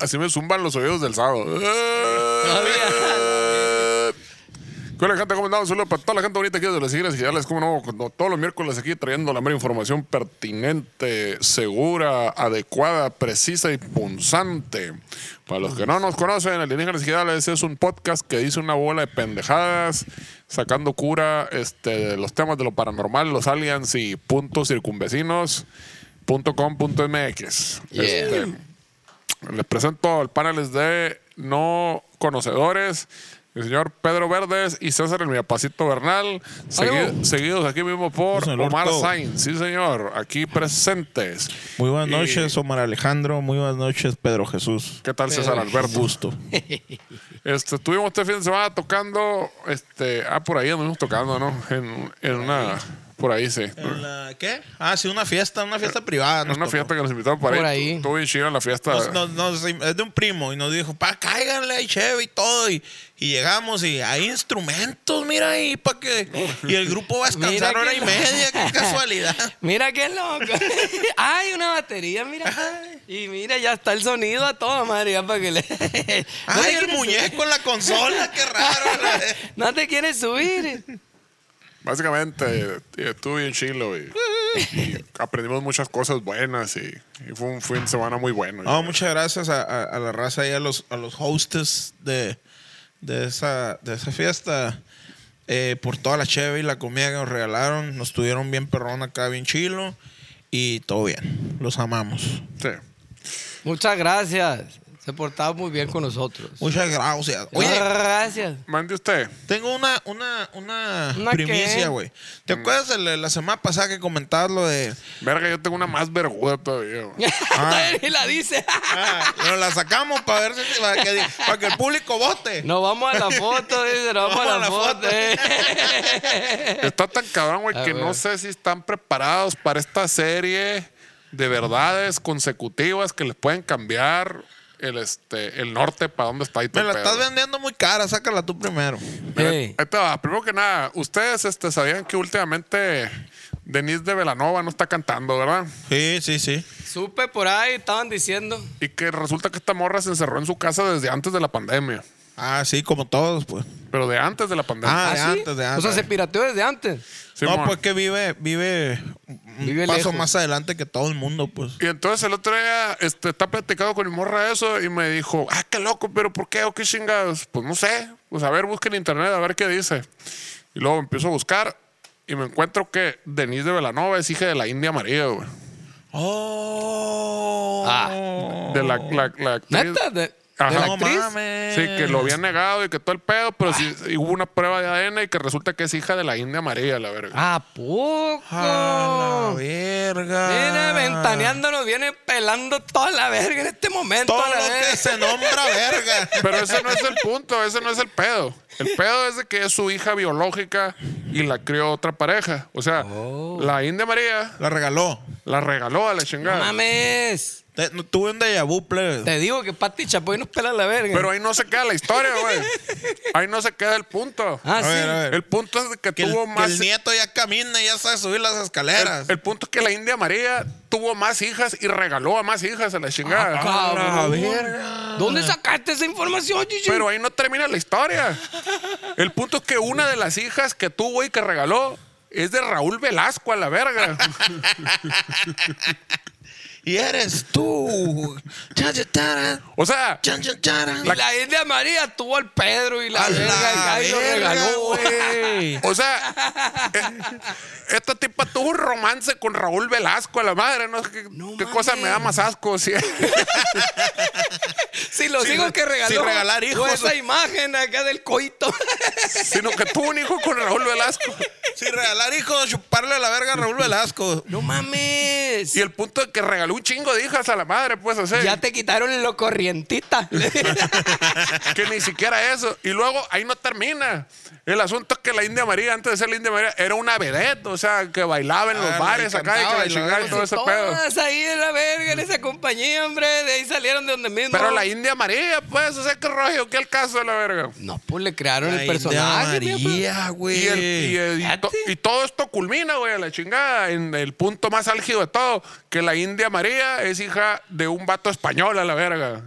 Así me zumban los oídos del sábado. ¿Qué hola, gente? ¿Cómo andamos? Un saludo para toda la gente bonita aquí de las Islas Ideales. Como no, Como todos los miércoles aquí trayendo la mera información pertinente, segura, adecuada, precisa y punzante. Para los que no nos conocen, Alienígenas Ideales es un podcast que dice una bola de pendejadas, sacando cura este, de los temas de lo paranormal, los aliens y puntos circunvecinos. punto com punto MX. Yeah. Este, les presento el panel de no conocedores, el señor Pedro Verdes y César el Miapacito Bernal, segui- Ay, seguidos aquí mismo por Pues en el Omar orto. Sainz, sí señor, aquí presentes. Muy buenas Y- noches, Omar Alejandro. Muy buenas noches, Pedro Jesús. Eh, ¿Qué tal César Alberto? Gusto. Este, estuvimos este fin de semana tocando, este, ah, por ahí anduvimos tocando, ¿no? En, en una, por ahí sí. ¿En la- ¿Qué? Ah, sí, una fiesta, una fiesta privada. En Eh, nos Eh, una tocó. fiesta que nos invitaron para Por ahí. ahí. Estuvo bien chida la fiesta. Nos- nos- nos- es de un primo y nos dijo, pa, cáiganle ahí, cheve y todo. Y, y llegamos y hay instrumentos, mira ahí, pa' que. Y el grupo va a descansar Mira hora que- y media, qué casualidad. Mira qué loco. Hay una batería, mira. Y mira, ya está el sonido a toda madre. ya para que le... ¿No te Ay, el quieres muñeco en la consola, qué raro. la- subir? No te quieres subir. Básicamente, eh, estuvo bien chilo y, y aprendimos muchas cosas buenas y, y fue un fin de semana muy bueno. No, muchas gracias a, a- a la raza y a los, a los hostes de, de, esa, de esa fiesta eh, por toda la cheve y la comida que nos regalaron. Nos tuvieron bien perrón acá, bien chilo. Y todo bien. Los amamos. Sí. Muchas gracias. Se portaba muy bien con nosotros. Muchas gracias. Oye, gracias. Mande usted. tengo una, una, una, ¿Una qué? primicia, güey. ¿Te acuerdas de la, la semana pasada que comentabas lo de... Verga, yo tengo una más vergüenza todavía. güey. Ah. Y la dice. Ah, pero la sacamos para ver si... Para que, para que el público vote. Nos vamos a la foto, dice. Nos vamos, a la, foto. eh. Está tan cabrón, güey, A que no ver. sé si están preparados para esta serie de verdades consecutivas que les pueden cambiar el, este, el norte para dónde está. y todo Me la el estás pedo. vendiendo muy cara. Sácala tú primero. Mira, Ey. ahí te va. Primero que nada, ustedes este, sabían que últimamente Denise de Velanova no está cantando, ¿verdad? Sí, sí, sí. Supe por ahí, estaban diciendo. Y que resulta que esta morra se encerró en su casa desde antes de la pandemia. Ah, sí, como todos, pues. Pero de antes de la pandemia. Ah, de ¿sí? antes, de O sea, antes. se pirateó desde antes. Simón. no, pues que vive, vive un Vive paso lejos. más adelante que todo el mundo, pues. Y entonces el otro día este, está platicando con mi morra eso y me dijo, ah, qué loco, pero ¿por qué? ¿O qué chingados? Pues no sé. Pues a ver, busca en internet a ver qué dice. Y luego empiezo a buscar y me encuentro que Denise de Velanova es hija de la India María, güey. Oh. Ah. De la, la, la actriz- ¿Neta? ¿De, de Ajá. la No actriz? mames. Sí, que lo había negado y que todo el pedo, pero sí y hubo una prueba de ADN y que resulta que es hija de la India María, la verga. ¿A poco? A la verga. Mira, ventaneándonos, viene pelando toda la verga en este momento. Todo a la lo verga. que se nombra verga. Pero ese no es el punto, ese no es el pedo. El pedo es de que es su hija biológica y la crió otra pareja. O sea, la India María La regaló. la regaló a la No chingada. mames. Te- no, tuve un déjà vu, plebe. Te digo que Pati Chapoy nos pela la verga. Pero ahí no se queda la historia, güey. Ahí no se queda el punto. ah, A sí. ver, a ver. El punto es de que, Que el, tuvo que más. el nieto ya camina y ya sabe subir las escaleras. el punto es que la India María tuvo más hijas y regaló a más hijas a la chingada. A Ah, la Ah, Cabrón. verga. ¿Dónde sacaste esa información, Gigi? Pero ahí no termina la historia. El punto es que una de las hijas que tuvo y que regaló es de Raúl Velasco a la verga. Y eres tú. Chan, chan, charan, O sea, chan, chan, charan. Y la India María tuvo al Pedro y la A la verga, y lo verga, regaló. güey. o sea, eh, esta tipa tuvo un romance con Raúl Velasco a la madre. No sé qué, No qué cosa mames. me da más asco. sí. Si los Sin- hijos que regaló. sin regalar fue hijos. esa imagen acá del coito. sino que tuvo un hijo con Raúl Velasco. Si regalar hijos, chuparle la verga a Raúl Velasco. No mames. Y el punto de que regaló un chingo de hijas a la madre, pues, o sea, Ya te quitaron lo corrientita. que ni siquiera eso. Y luego ahí no termina. El asunto es que la India María, antes de ser la India María, era una vedette, o sea, que bailaba en los Ah, le bares acá y que encantaba la chingada y todo ese pedo. Todas ahí en la verga, en esa compañía, hombre. De ahí salieron de donde mismo. Pero la India María, pues, o sea, qué rollo, qué el caso de la verga. No, pues le crearon el La India personaje. viejo. María, güey. Y, el- y el- y to- Fíjate. y todo esto culmina, güey, a la chingada, en el punto más álgido de todo, que la India María es hija de un vato español a la verga.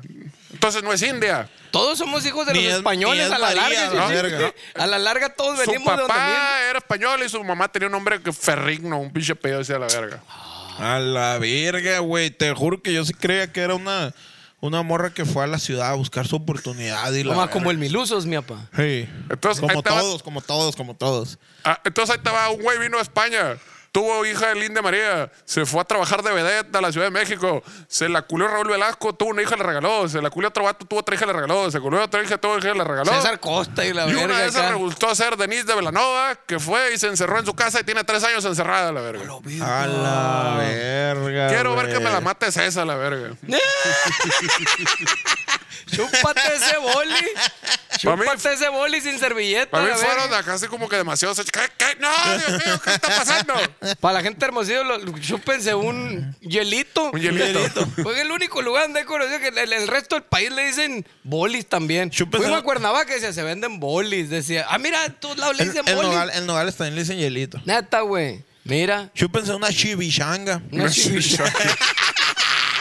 Entonces no es India. Todos somos hijos de Ni los es- españoles ni es a la María, larga. la sí, sí. verga. A la larga todos Su venimos de donde mismo. papá era español y su mamá tenía un nombre que ferrigno, un pinche pedo hacia la verga. A la verga, güey. Te juro que yo sí creía que era una, una morra que fue a la ciudad a buscar su oportunidad y la. Nomás como el verga. Milusos, mi papá. Sí. Entonces, ahí como te va- todos, como todos, como todos. Ah, entonces ahí estaba un güey vino a España. Tuvo hija de Linda María, se fue a trabajar de vedette a la Ciudad de México, se la culió Raúl Velasco, tuvo una hija, le regaló, se la culió otro vato, tuvo otra hija, le regaló, se culió otra hija, tuvo otra hija, le regaló. César Costa y la y verga. una de esas acá. le gustó ser Denise de Velanova, que fue y se encerró en su casa y tiene tres años encerrada, la verga. Lo vi. A la verga. Quiero ver Ah, güey. que me la mates esa, la verga. Chúpate ese boli. Pa' mí- Chúpate ese boli sin servilleta. Para mí la verga. fueron acá así como que demasiado... ¿Qué, qué? no Dios mío, qué está pasando? Para la gente hermosillo, lo- lo- chúpense un hielito. Un hielito. Fue el único lugar donde he conocido que el, el resto del país le dicen bolis también. Chúpense Fuimos a un- Cuernavaca y decía, se venden bolis. Decía, ah, mira, a todos lados le El, dicen el, bolis. nogal, el Nogales también le dicen hielito. Neta, güey. Mira. Chúpense una chivichanga. Una chivilla.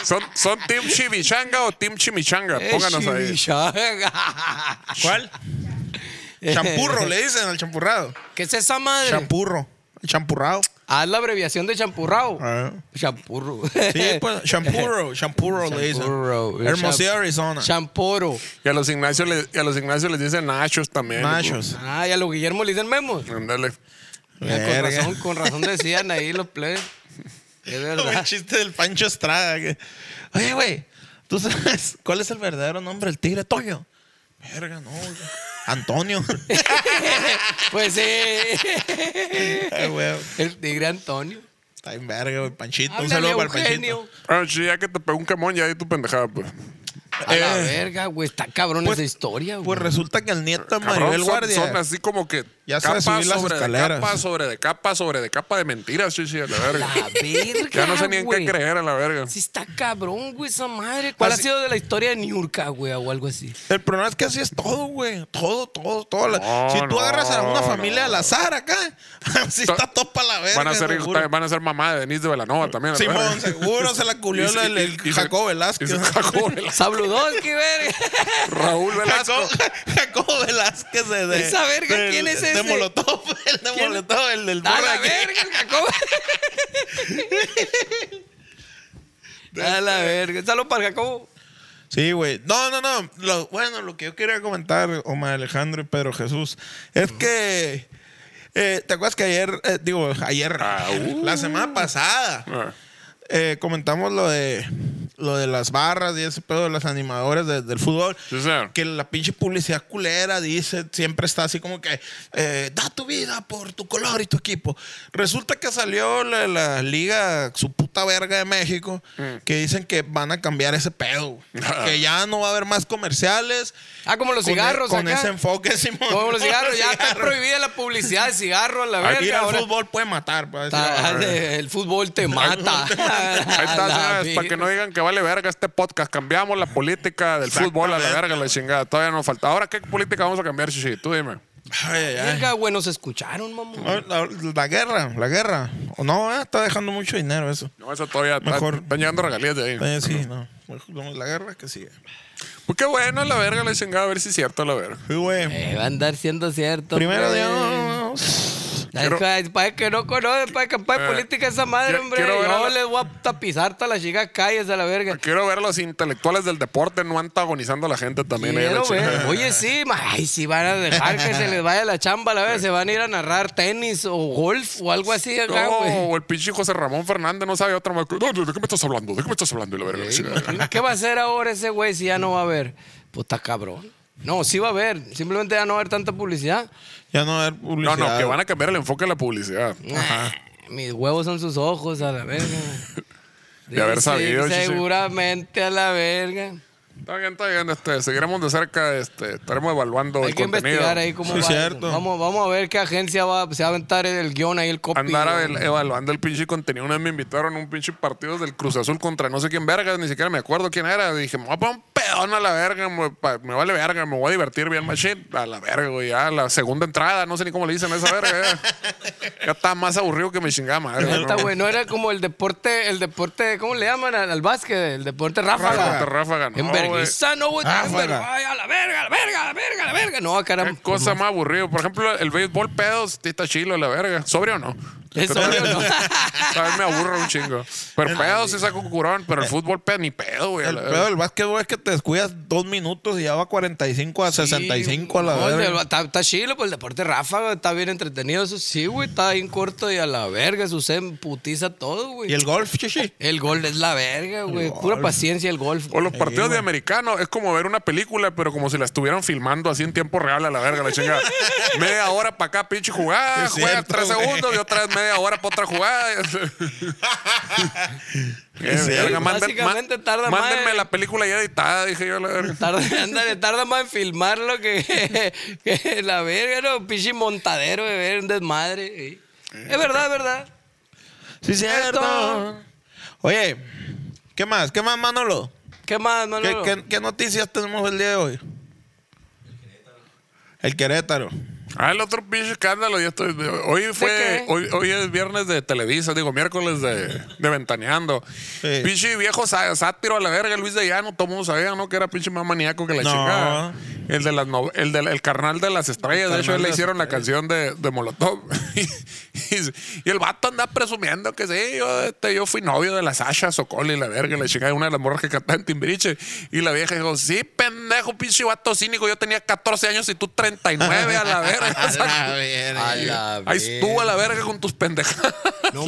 ¿Son, ¿Son Team Chimichanga o Team Chimichanga? Eh, Pónganos ahí. ¿Cuál? Champurro, le dicen al champurrado. ¿Qué es esa madre? Champurro. Champurrado. Haz la abreviación de champurrao. Ah. Champurro. Sí, pues, champurro. Champurro le dicen. Champurro. Hermosillo, Arizona. Champoro. Y a los Ignacios les, y a los Ignacios les dicen nachos también. Machos. Ah, y a los Guillermo le dicen memos. Ándale. Ya, Con Verga. razón, con razón decían ahí los plebes. Es Como el verdad. chiste del Pancho Estrada. que, Oye, güey, ¿tú sabes cuál es el verdadero nombre del tigre Toño? Verga, no. güey. Antonio. Pues sí. Ay, güey. El tigre Antonio. Está en verga, güey. Panchito. Un Háblale, saludo para el Eugenio. Panchito. Ah, sí, ya que te pegó un camón, ya di tu pendejada, pues. A la Eh, verga, güey. Está cabrón pues- esa historia, güey. Pues resulta que el nieto de Cabrón, Maribel son, Guardia. son así como que Ya capa sabe subir las sobre de escaleras. capa, sobre de capa, sobre de capa de mentiras, sí, sí, a la verga. La verga. ya no sé ni en ah, güey. qué creer, a la verga. Sí, está cabrón, güey, esa madre. ¿Cuál ha Así- sido de la historia de Niurka, güey, o algo así? El problema es que así es todo, güey. Todo, todo, todo. La- No, si tú no, agarras a una no. familia al azar acá, así To- está topa la verga. Van a ser, seguro. van a ser mamá de Denise de Velanova también. a la Simón, verga. seguro se la culió Y- el, el y- y- Jacobo y- Velázquez. y- Jacobo Velázquez. Sabludowski, verga. Raúl Velasco. Jacobo, Jacobo Velázquez de, de- Esa verga, ¿quién es ese? De Molotov, el de ¿Quién? Molotov, el del A burro la aquí. verga, el Jacobo. A la verga. Saludos para el Jacobo. Sí, güey. No, no, no. Lo- bueno, lo que yo quería comentar, Omar Alejandro y Pedro Jesús, es que. eh, ¿Te acuerdas que ayer, eh, digo, ayer, Ah, uh. la semana pasada, Ah, eh, comentamos lo de lo de las barras y ese pedo de las animadoras de- del fútbol. Sí, señor. Que la pinche publicidad culera dice, siempre está así como que eh, da tu vida por tu color y tu equipo. Resulta que salió la, la liga, su puta verga de México, Mm. que dicen que van a cambiar ese pedo. Ah. que ya no va a haber más comerciales. Ah, como los Con e- cigarros Con acá. ese enfoque, Simón. Como los cigarros, ya está Cigarros. prohibida la publicidad de cigarro a la verga. Ir al ahora Ah, fútbol puede matar. pues, para decir la está- verdad. el fútbol te mata. Ahí está, A la señores, para verga. que no digan que vale verga este podcast. Cambiamos la política del fútbol a la Exactamente. verga, la chingada. Todavía nos falta. Ahora, ¿qué política vamos a cambiar, Shishi? Tú dime. Ay, ay, ay. Verga, güey, nos escucharon, mamón. No, La, la guerra, la guerra. O no, eh, está dejando mucho dinero eso. No, eso todavía está- Mejor. están llegando regalías de ahí. Eh, sí, no. Mejor La guerra que sigue. Pues qué bueno, la verga, la chingada, a ver si es cierto, la verga. Sí, güey. Eh, va a andar siendo cierto. Primero hombre. Dios. Ay, Quiero- ay, Para que no conoce, para campaña Eh, política esa madre, quiero- hombre. quiero ver a Yo la- les voy a tapizar todas las chicas calles a la verga. Quiero ver a los intelectuales del deporte no antagonizando a la gente también. ahí en la Quiero chingada. ver. Oye, sí, ma- ay, si van a dejar que se les vaya la chamba, a la verga, se van a ir a narrar tenis o golf o algo así acá, No, güey. o el pinche José Ramón Fernández no sabe otra. más que, No, ¿De qué me estás hablando? ¿De qué me estás hablando? Y la verga, la chingada. ¿Qué va a hacer ahora ese güey si ya no va a haber? Pues está cabrón. No, sí va a haber. Simplemente ya no va a haber tanta publicidad. Ya no va a haber publicidad. No, no, que van a cambiar el enfoque de la publicidad. Mis huevos son sus ojos, a la verga. De haber sabido, chichi. seguramente a la verga. Está bien, está bien. Este, seguiremos de cerca. Este, estaremos evaluando Hay el que contenido. investigar ahí cómo Sí, va. cierto. Vamos, vamos a ver qué agencia va, se va a aventar el guión ahí, el copy. Andar a güey. ver- evaluando el pinche contenido. Una vez me invitaron a un pinche partido del Cruz Azul contra no sé quién verga, ni siquiera me acuerdo quién era. Dije, me voy a poner un pedón a la verga, me, pa- me vale verga, me voy a divertir bien machín. A la verga, güey, ya la segunda entrada, no sé ni cómo le dicen a esa verga. Ya, Ya está más aburrido que mi chingada madre. Neta, ¿no? güey, no era como el deporte, el deporte, ¿cómo le llaman al, al básquet? El deporte ráfaga. Ráfaga, ráfaga, no, En vergüenza, no, güey. Ráfaga. en vergüenza. Ay, a la verga, a la verga, a la verga, a la verga. No, Qué caramba. cosa más aburrido. Por ejemplo, el béisbol pedos está chilo, la verga. ¿Sobrio o no? Eso, ¿no? También me aburro un chingo. Pero pedos sí saco curón, pero el fútbol pedo ni pedo, güey. a El la pedo verga. del básquetbol es que te descuidas dos minutos y ya va 45 a 65 a la No, verga. el- Está, está chilo, pues el deporte ráfaga está bien entretenido. Eso sí, güey, está bien corto y a la verga. Eso se putiza todo, güey. ¿Y el golf, chichi? El gol es la verga, güey. golf. Pura paciencia el golf. O güey. los partidos de americano es como ver una película, pero como si la estuvieran filmando así en tiempo real a la verga, la chingada. Media hora para acá, pinche jugada, Es juega cierto, tres güey. segundos y otra vez media hora para otra jugada. Qué cierto. verga, manden- Básicamente tarda más Mándenme en- la película ya editada, dije yo a la verga. Tarda, ándale, tarda más en filmarlo que, que la verga, ¿no? Pichi montadero, de ver, un desmadre. sí. Es verdad, es verdad. Sí, cierto. Oye, ¿qué más? ¿Qué más, Manolo? ¿Qué más, ¿Qué, Manolo? qué- qué noticias tenemos el día de hoy? El Querétaro. Ah, el otro pinche escándalo. Ya estoy, hoy qué? fue, hoy, hoy es viernes de Televisa, digo, miércoles de, de Ventaneando. Sí. Pinche viejo sá- sátiro a la verga, Luis de Llano, todo mundo sabía, ¿no? Que era pinche más maníaco que la No. chingada. El de las no- el, del- el carnal de las estrellas, de hecho, carnal él de le las hicieron la canción de, de Molotov. y, y- y el vato anda presumiendo que sí, yo, este, yo fui novio de la Sasha Sokol y la verga, la chingada, una de las morras que cantaba en Timbiriche. Y la vieja dijo, sí, pendejo, pinche vato cínico, yo tenía 14 años y tú 39 a la verga. A la verga. Ahí- Ahí estuvo a la verga con tus pendejadas. No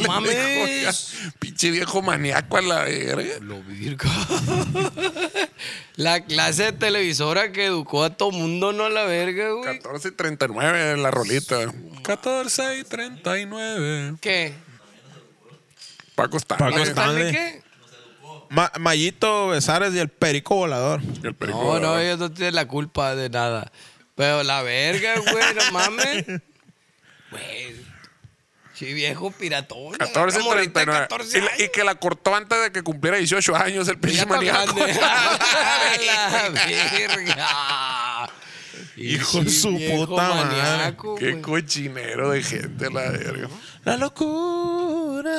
Le mames. dijo, ya, pinche viejo maníaco a la verga. Lo virgo. la clase de televisora que educó a todo mundo, no a la verga, güey. 14 y 39 la rolita. 14 y 39. ¿Qué? Paco está. Paco güey. Stanley. ¿Stanley qué? Ma- Mayito Besares y el Perico Volador. El No, perico. no, eh, ellos no tienen la culpa de nada. Pero la verga, güey, no mames. Güey. Sí, viejo piratón. 14 y Esa morrita de 39. 14 Y la- Y, años. que la cortó antes de que cumpliera 18 años el Ya pinche está maníaco. grande. A la verga. Hijo de su viejo puta madre. maníaco, Qué güey. cochinero de gente, la verga. La locura.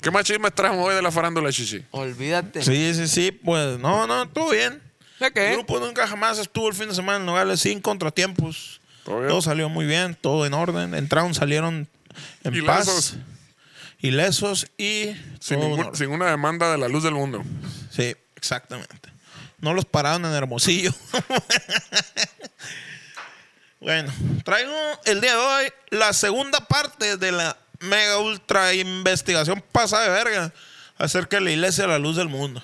¿Qué más chismes trajo hoy de la farándula, Chichi? Olvídate. Sí, sí, sí. Pues no, no, todo bien. ¿Ya El qué? grupo nunca jamás estuvo el fin de semana en Nogales sin contratiempos. Todo bien. Todo salió muy bien, todo en orden. Entraron, salieron en Ilesos. paz. Ilesos y. Sin, todo en ningún- orden. sin una demanda de la luz del mundo. Sí, exactamente. No los pararon en Hermosillo. bueno, traigo el día de hoy la segunda parte de la mega ultra investigación pasada de verga acerca de la iglesia de la luz del mundo.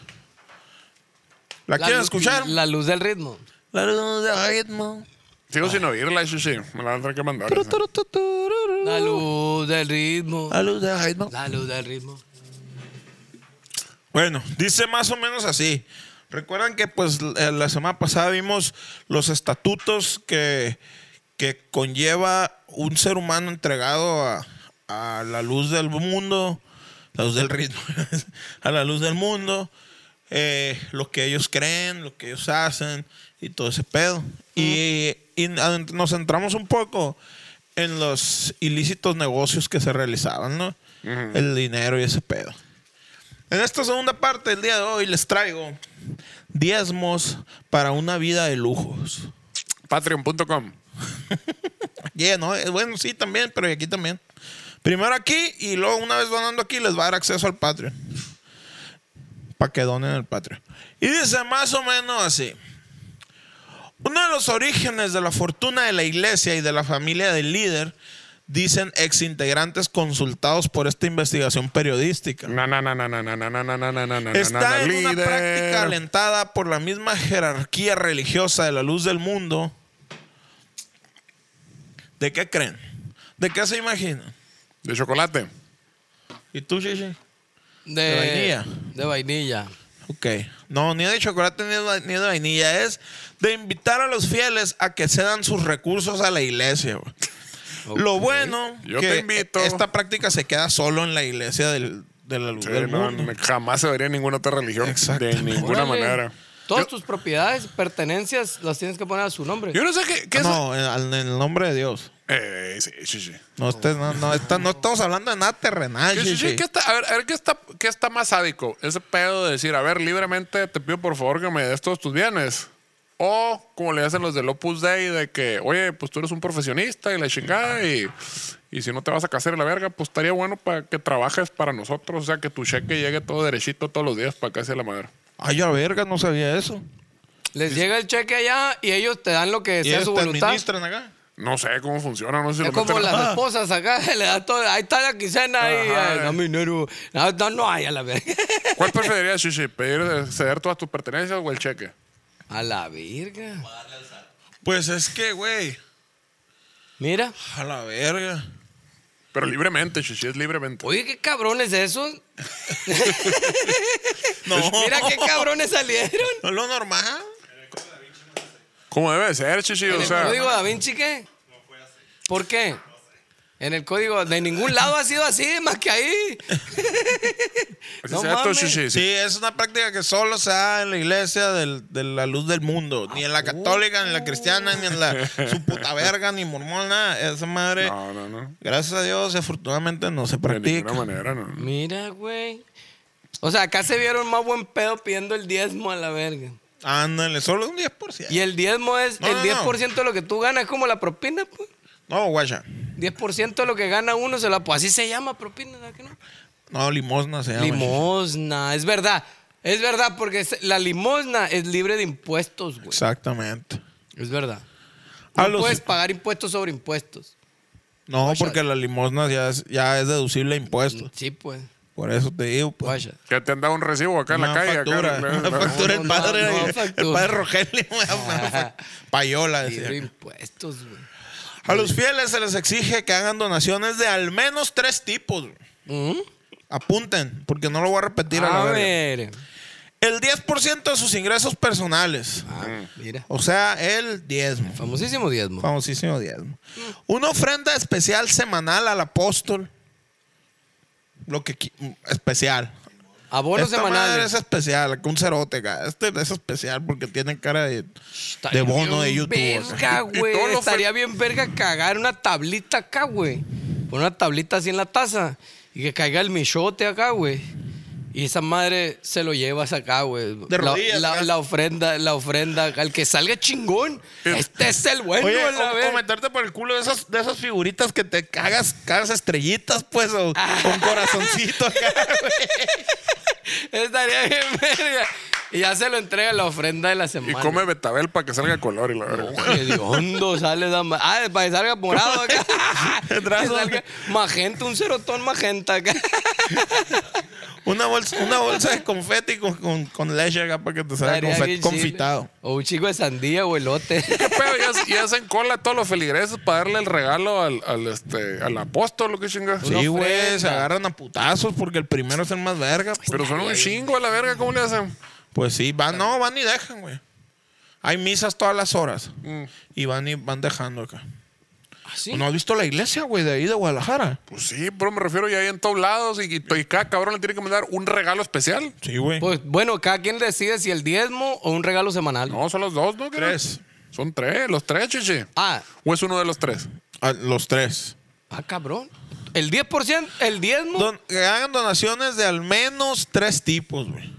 ¿La, La quieren luz- escuchar? La luz del ritmo. La luz del ritmo. Sigo sin oírla, Chichi. Me la van a tener que mandar. Turu, turu, tu, tururu. La luz del ritmo. La luz del ritmo. La luz del ritmo. Bueno, dice más o menos así. Recuerdan que pues eh, la semana pasada vimos los estatutos que, que conlleva un ser humano entregado a, a la luz del mundo, la luz del ritmo, a la luz del mundo, eh, lo que ellos creen, lo que ellos hacen y todo ese pedo. Y, y adent- nos centramos un poco en los ilícitos negocios que se realizaban, ¿no? El dinero y ese pedo. En esta segunda parte del día de hoy les traigo diezmos para una vida de lujos. Patreon.com. Yeah, no, eh, bueno, sí, también, pero y aquí también. Primero aquí y luego una vez donando aquí les va a dar acceso al Patreon. Para que donen el Patreon. Y dice más o menos así. Uno de los orígenes de la fortuna de la iglesia y de la familia del líder, dicen exintegrantes consultados por esta investigación periodística. Na, na, na, na, na, na, na, na, na, na, na, na, na, na, Está en una líder. práctica alentada por la misma jerarquía religiosa de la luz del mundo. ¿De qué creen? ¿De qué se imaginan? De chocolate. ¿Y tú, Shishi? De, De vainilla. De vainilla. Ok. No, ni de chocolate ni de, va- ni de vainilla. Es de invitar a los fieles a que cedan sus recursos a la iglesia. güey. Lo Ok. bueno Yo que te invito. esta práctica se queda solo en la iglesia del- de la luz Sí, del no, mundo. no, jamás se vería en ninguna otra religión. De Exactamente. ninguna Órale. manera. Todas Yo- tus propiedades, pertenencias, las tienes que poner a su nombre. Yo no sé qué, qué es. No, en, en el nombre de Dios. Eh, sí, sí, sí. No, usted- no, no, está- no estamos hablando de nada terrenal. ¿Qué, sí, sí, Shishi. qué está, a ver, a ver, ¿qué, está, ¿qué está más sádico? Ese pedo de decir, a ver, libremente te pido por favor que me des todos tus bienes. O como le hacen los del Opus Dei, de que, oye, pues tú eres un profesionista y la chingada, y, y si no te vas a casar en la verga, pues estaría bueno para que trabajes para nosotros, o sea, que tu cheque llegue todo derechito todos los días para acá hacia la madre. Ay, a verga, no sabía eso. Les llega el cheque allá y ellos te dan lo que ¿Y sea ellos su te voluntad. administran acá? No sé cómo funciona, no sé si Es lo como meten- las esposas acá, le da todo. Ahí está la quincena ahí. Ajá. ay, dame dinero. No, no, no hay a la verga. ¿Cuál preferirías, Shishi? ¿Pedir eh, ceder todas tus pertenencias o el cheque? A la verga. Pues es que, güey, Mira. a la verga. Pero libremente, Shishi, es libremente. Oye, qué cabrones esos. No, Mira qué cabrones salieron. no es lo normal. Como debe de ser, Shishi, ¿En o el sea. código da Vinci qué? ¿Por qué? En el código, de ningún lado ha sido así, más que ahí. así No sea esto, mames. Shishi, Sí, es una práctica que solo se da en la iglesia del- de la luz del mundo. Ni Ah, en la católica, oh. ni en la cristiana, ni en la su puta verga, ni mormona. Esa madre, No, no, no. gracias a Dios, afortunadamente no se De ninguna practica. manera, no. Mira, güey. O sea, acá se vieron más buen pedo pidiendo el diezmo a la verga. Ándale, solo un 10%. Y el diezmo es No, el no, no. 10% de lo que tú ganas, es como la propina, pues. No, guacha. 10% de lo que gana uno se la pues así se llama propina, ¿verdad que no? No, limosna se llama. Limosna, es verdad. Es verdad porque es- la limosna es libre de impuestos, güey. Exactamente. Es verdad. A No los- puedes pagar impuestos sobre impuestos. No, Guacha. porque la limosna ya es, ya es deducible a impuestos. Sí, pues. Por eso te digo. pues. Guaya. Que te han dado un recibo acá en la Una calle. factura, acá, una factura No, el no, padre, no, el factura. padre Rogelio, una- una fac- payola. Libre de Decía. impuestos, güey. A los fieles se les exige que hagan donaciones de al menos tres tipos. ¿Mm? Apunten, porque no lo voy a repetir a la A verga. ver. El 10% de sus ingresos personales. Ah, mira. O sea, el diezmo. Famosísimo diezmo. Famosísimo diezmo. Una ofrenda especial semanal al apóstol. Lo que qui- especial. Abono Esta madre semanal. es especial, que un cerote, ca. Este es especial porque tiene cara de, de bono de YouTube. acá. Verga, Y todo güey. lo Estaría bien verga cagar una tablita acá, güey. Pon una tablita así en la taza y que caiga el michote acá, güey. Y esa madre se lo llevas acá, güey. La- De rodillas, La, acá. la ofrenda, la ofrenda. Al que salga chingón. Este es el bueno, Oye, a la o, o verga. meterte por el culo de esas, de esas figuritas que te cagas, cagas estrellitas, pues, o con corazoncito acá, güey. Estaría bien verga. Y ya se lo entrega la ofrenda de la Y semana. come betabel para que salga color y la verga. de hondo sale da ma- Ah, para que salga morado acá. Que Trazo. salga magenta, un cerotón magenta acá. Una bolsa, una bolsa de confeti con, con, con leche acá para que te salga Estaría confe- bien chido. confitado. O un chico de sandía o elote. ¿Qué pedo? Ya, se- ya hacen cola todos los feligreses para darle el regalo al, al, este, al apóstol, lo que chinga. Sí, güey, se ofrenda. agarran a putazos porque el primero es el más verga. pues. Pero son un chingo a la verga, ¿cómo le hacen? Pues sí, van, no, van y dejan, güey. Hay misas todas las horas. Mm. Y van y van dejando acá. ¿Así? ¿No has visto la iglesia, güey, de ahí de Guadalajara? Pues sí, pero me refiero ya ahí en todos lados y, y- y cada cabrón le tiene que mandar un regalo especial. Sí, güey. Pues bueno, cada quien decide si el diezmo o un regalo semanal. No, son los dos, ¿no? creo? Tres. Son tres, los tres, chichi. Ah, ¿O es uno de los tres? A los tres. ah, cabrón. El 10%, el diezmo. Don- que hagan donaciones de al menos tres tipos, güey.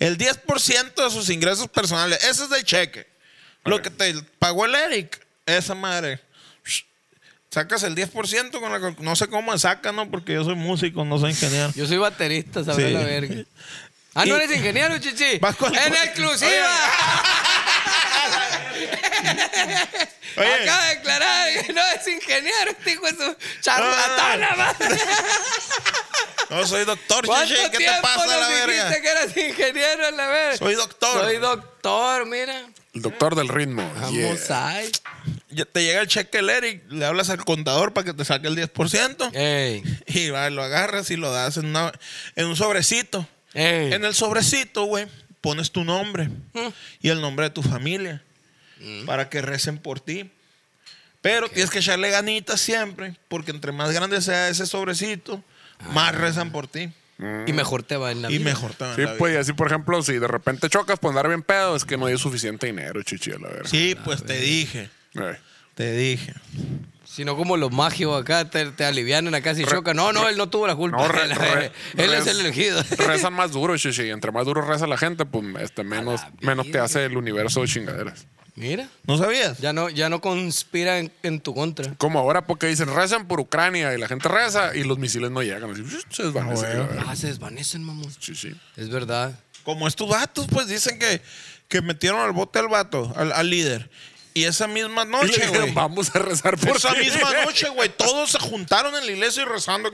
El 10% de sus ingresos personales. Ese es el cheque. Lo que te pagó el Eric. Esa madre. Sacas el 10% con la cal- No sé cómo sacan, ¿no? Porque yo soy músico, no soy ingeniero. Yo soy baterista, sabrá Sí. la verga. Ah, ¿no Y- eres ingeniero, chichi? Vas con- ¡En exclusiva! Oye. Acaba de declarar que no es ingeniero, este hijo de su Ah, charlatana, madre. No, soy doctor, ¿Cuánto chiche. ¿Qué tiempo te pasa, nos la verga? dijiste que eras ingeniero, a la verga? Soy doctor. Soy doctor, mira. El doctor del ritmo. Vamos Yeah. ahí. Ya Te llega el cheque el Eric, le hablas al contador para que te saque el 10%. Ey, Y va, lo agarras y lo das en, una- en un sobrecito. ey. En el sobrecito, güey, pones tu nombre y el nombre de tu familia para que recen por ti. Pero tienes que echarle ganitas siempre, porque entre más grande sea ese sobrecito, más rezan por ti Y mejor te va en la y vida. mejor te va en Sí, la vida. pues, y así, por ejemplo, si de repente chocas por andar bien pedo, es que no hay suficiente dinero, chichi, a la verga. Sí, pues te dije, Eh. te dije. Si no, como los magios acá te, te alivianan acá si choca. No, no, él no tuvo la culpa. No, re- él re- él es rez- el elegido. Rezan más duro, chichi. Entre más duro reza la gente, pues este, menos, la menos te virgen. hace el universo de chingaderas. Mira, ¿No sabías? ya no, ya no conspira en, en tu contra. Como ahora, porque dicen rezan por Ucrania y la gente reza y los misiles no llegan. Así, se desvanece. Ah, bueno. la verga. Ah, se desvanecen, mamón. Chichi. Es verdad. Como estos vatos, pues dicen que, que metieron al bote al vato, al, al líder. Y esa misma Y le noche, dijeron, güey. vamos a rezar por esa ti". misma noche, güey, todos se juntaron en la iglesia y rezando.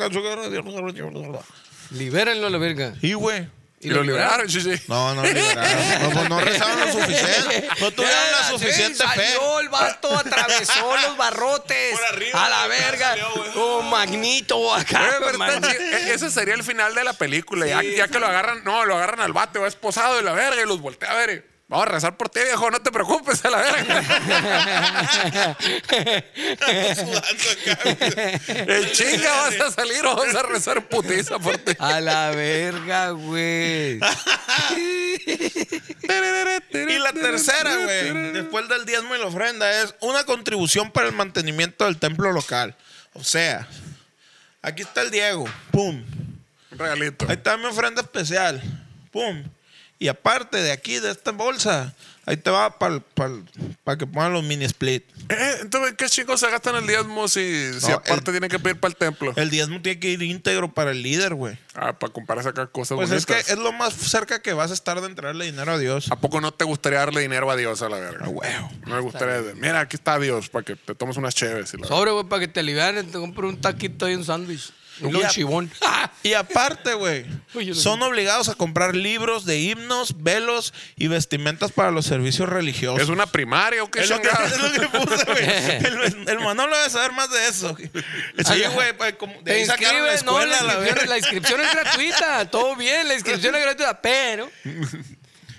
Libérenlo a la verga. Y, güey. Y lo liberaron, chichi. No, no liberaron. No, pues no rezaron lo suficiente. No tuvieron la Sí, suficiente fe. Salió el vato, atravesó los barrotes. Por arriba, a la güey, verga. salió, güey. Eh, oh, magnito acá. Oye, pero man. está chi- e- ese sería el final de la película. ya ya que lo agarran, no, lo agarran al bate, va esposado y la verga, y los voltea a ver. y, Vamos a rezar por ti, viejo, no te preocupes, a la verga. En chinga vas a salir o vas a rezar putiza por ti. a la verga, güey. Y la tercera, güey, después del diezmo y la ofrenda, es una contribución para el mantenimiento del templo local. O sea, aquí está el Diego. Pum. Un regalito. Ahí está mi ofrenda especial. Pum. Y aparte de aquí, de esta bolsa, ahí te va para que pongan los mini split. Eh, entonces, ¿qué chicos se gastan el diezmo si, si No, aparte el- tienen que pedir para el templo? El diezmo tiene que ir íntegro para el líder, güey. Ah, para comprarse acá cosas Pues es que bonitas. Ah, es lo más cerca que vas a estar de entregarle dinero a Dios. Ah, ¿A poco no te gustaría darle dinero a Dios a la verga? huevo. No me gustaría. decir, Mira, aquí está Dios para que te tomes unas chéves. Y la Sobre, güey, para que te liberen, te compro un taquito y un sándwich. Un Ya. lonchibón. Y aparte, güey, Uy, yo lo son obligados a comprar libros de himnos, velos y vestimentas para los servicios religiosos. ¿Es una primaria o qué Es lo que, chingados? es lo que puse, güey. El, el Manolo debe saber más de eso. Sí, güey, pues, como- de Te ahí sacaron la inscribes, no, la escuela, la inscripción, la verga. inscripción es gratuita, todo bien, la inscripción es gratuita, pero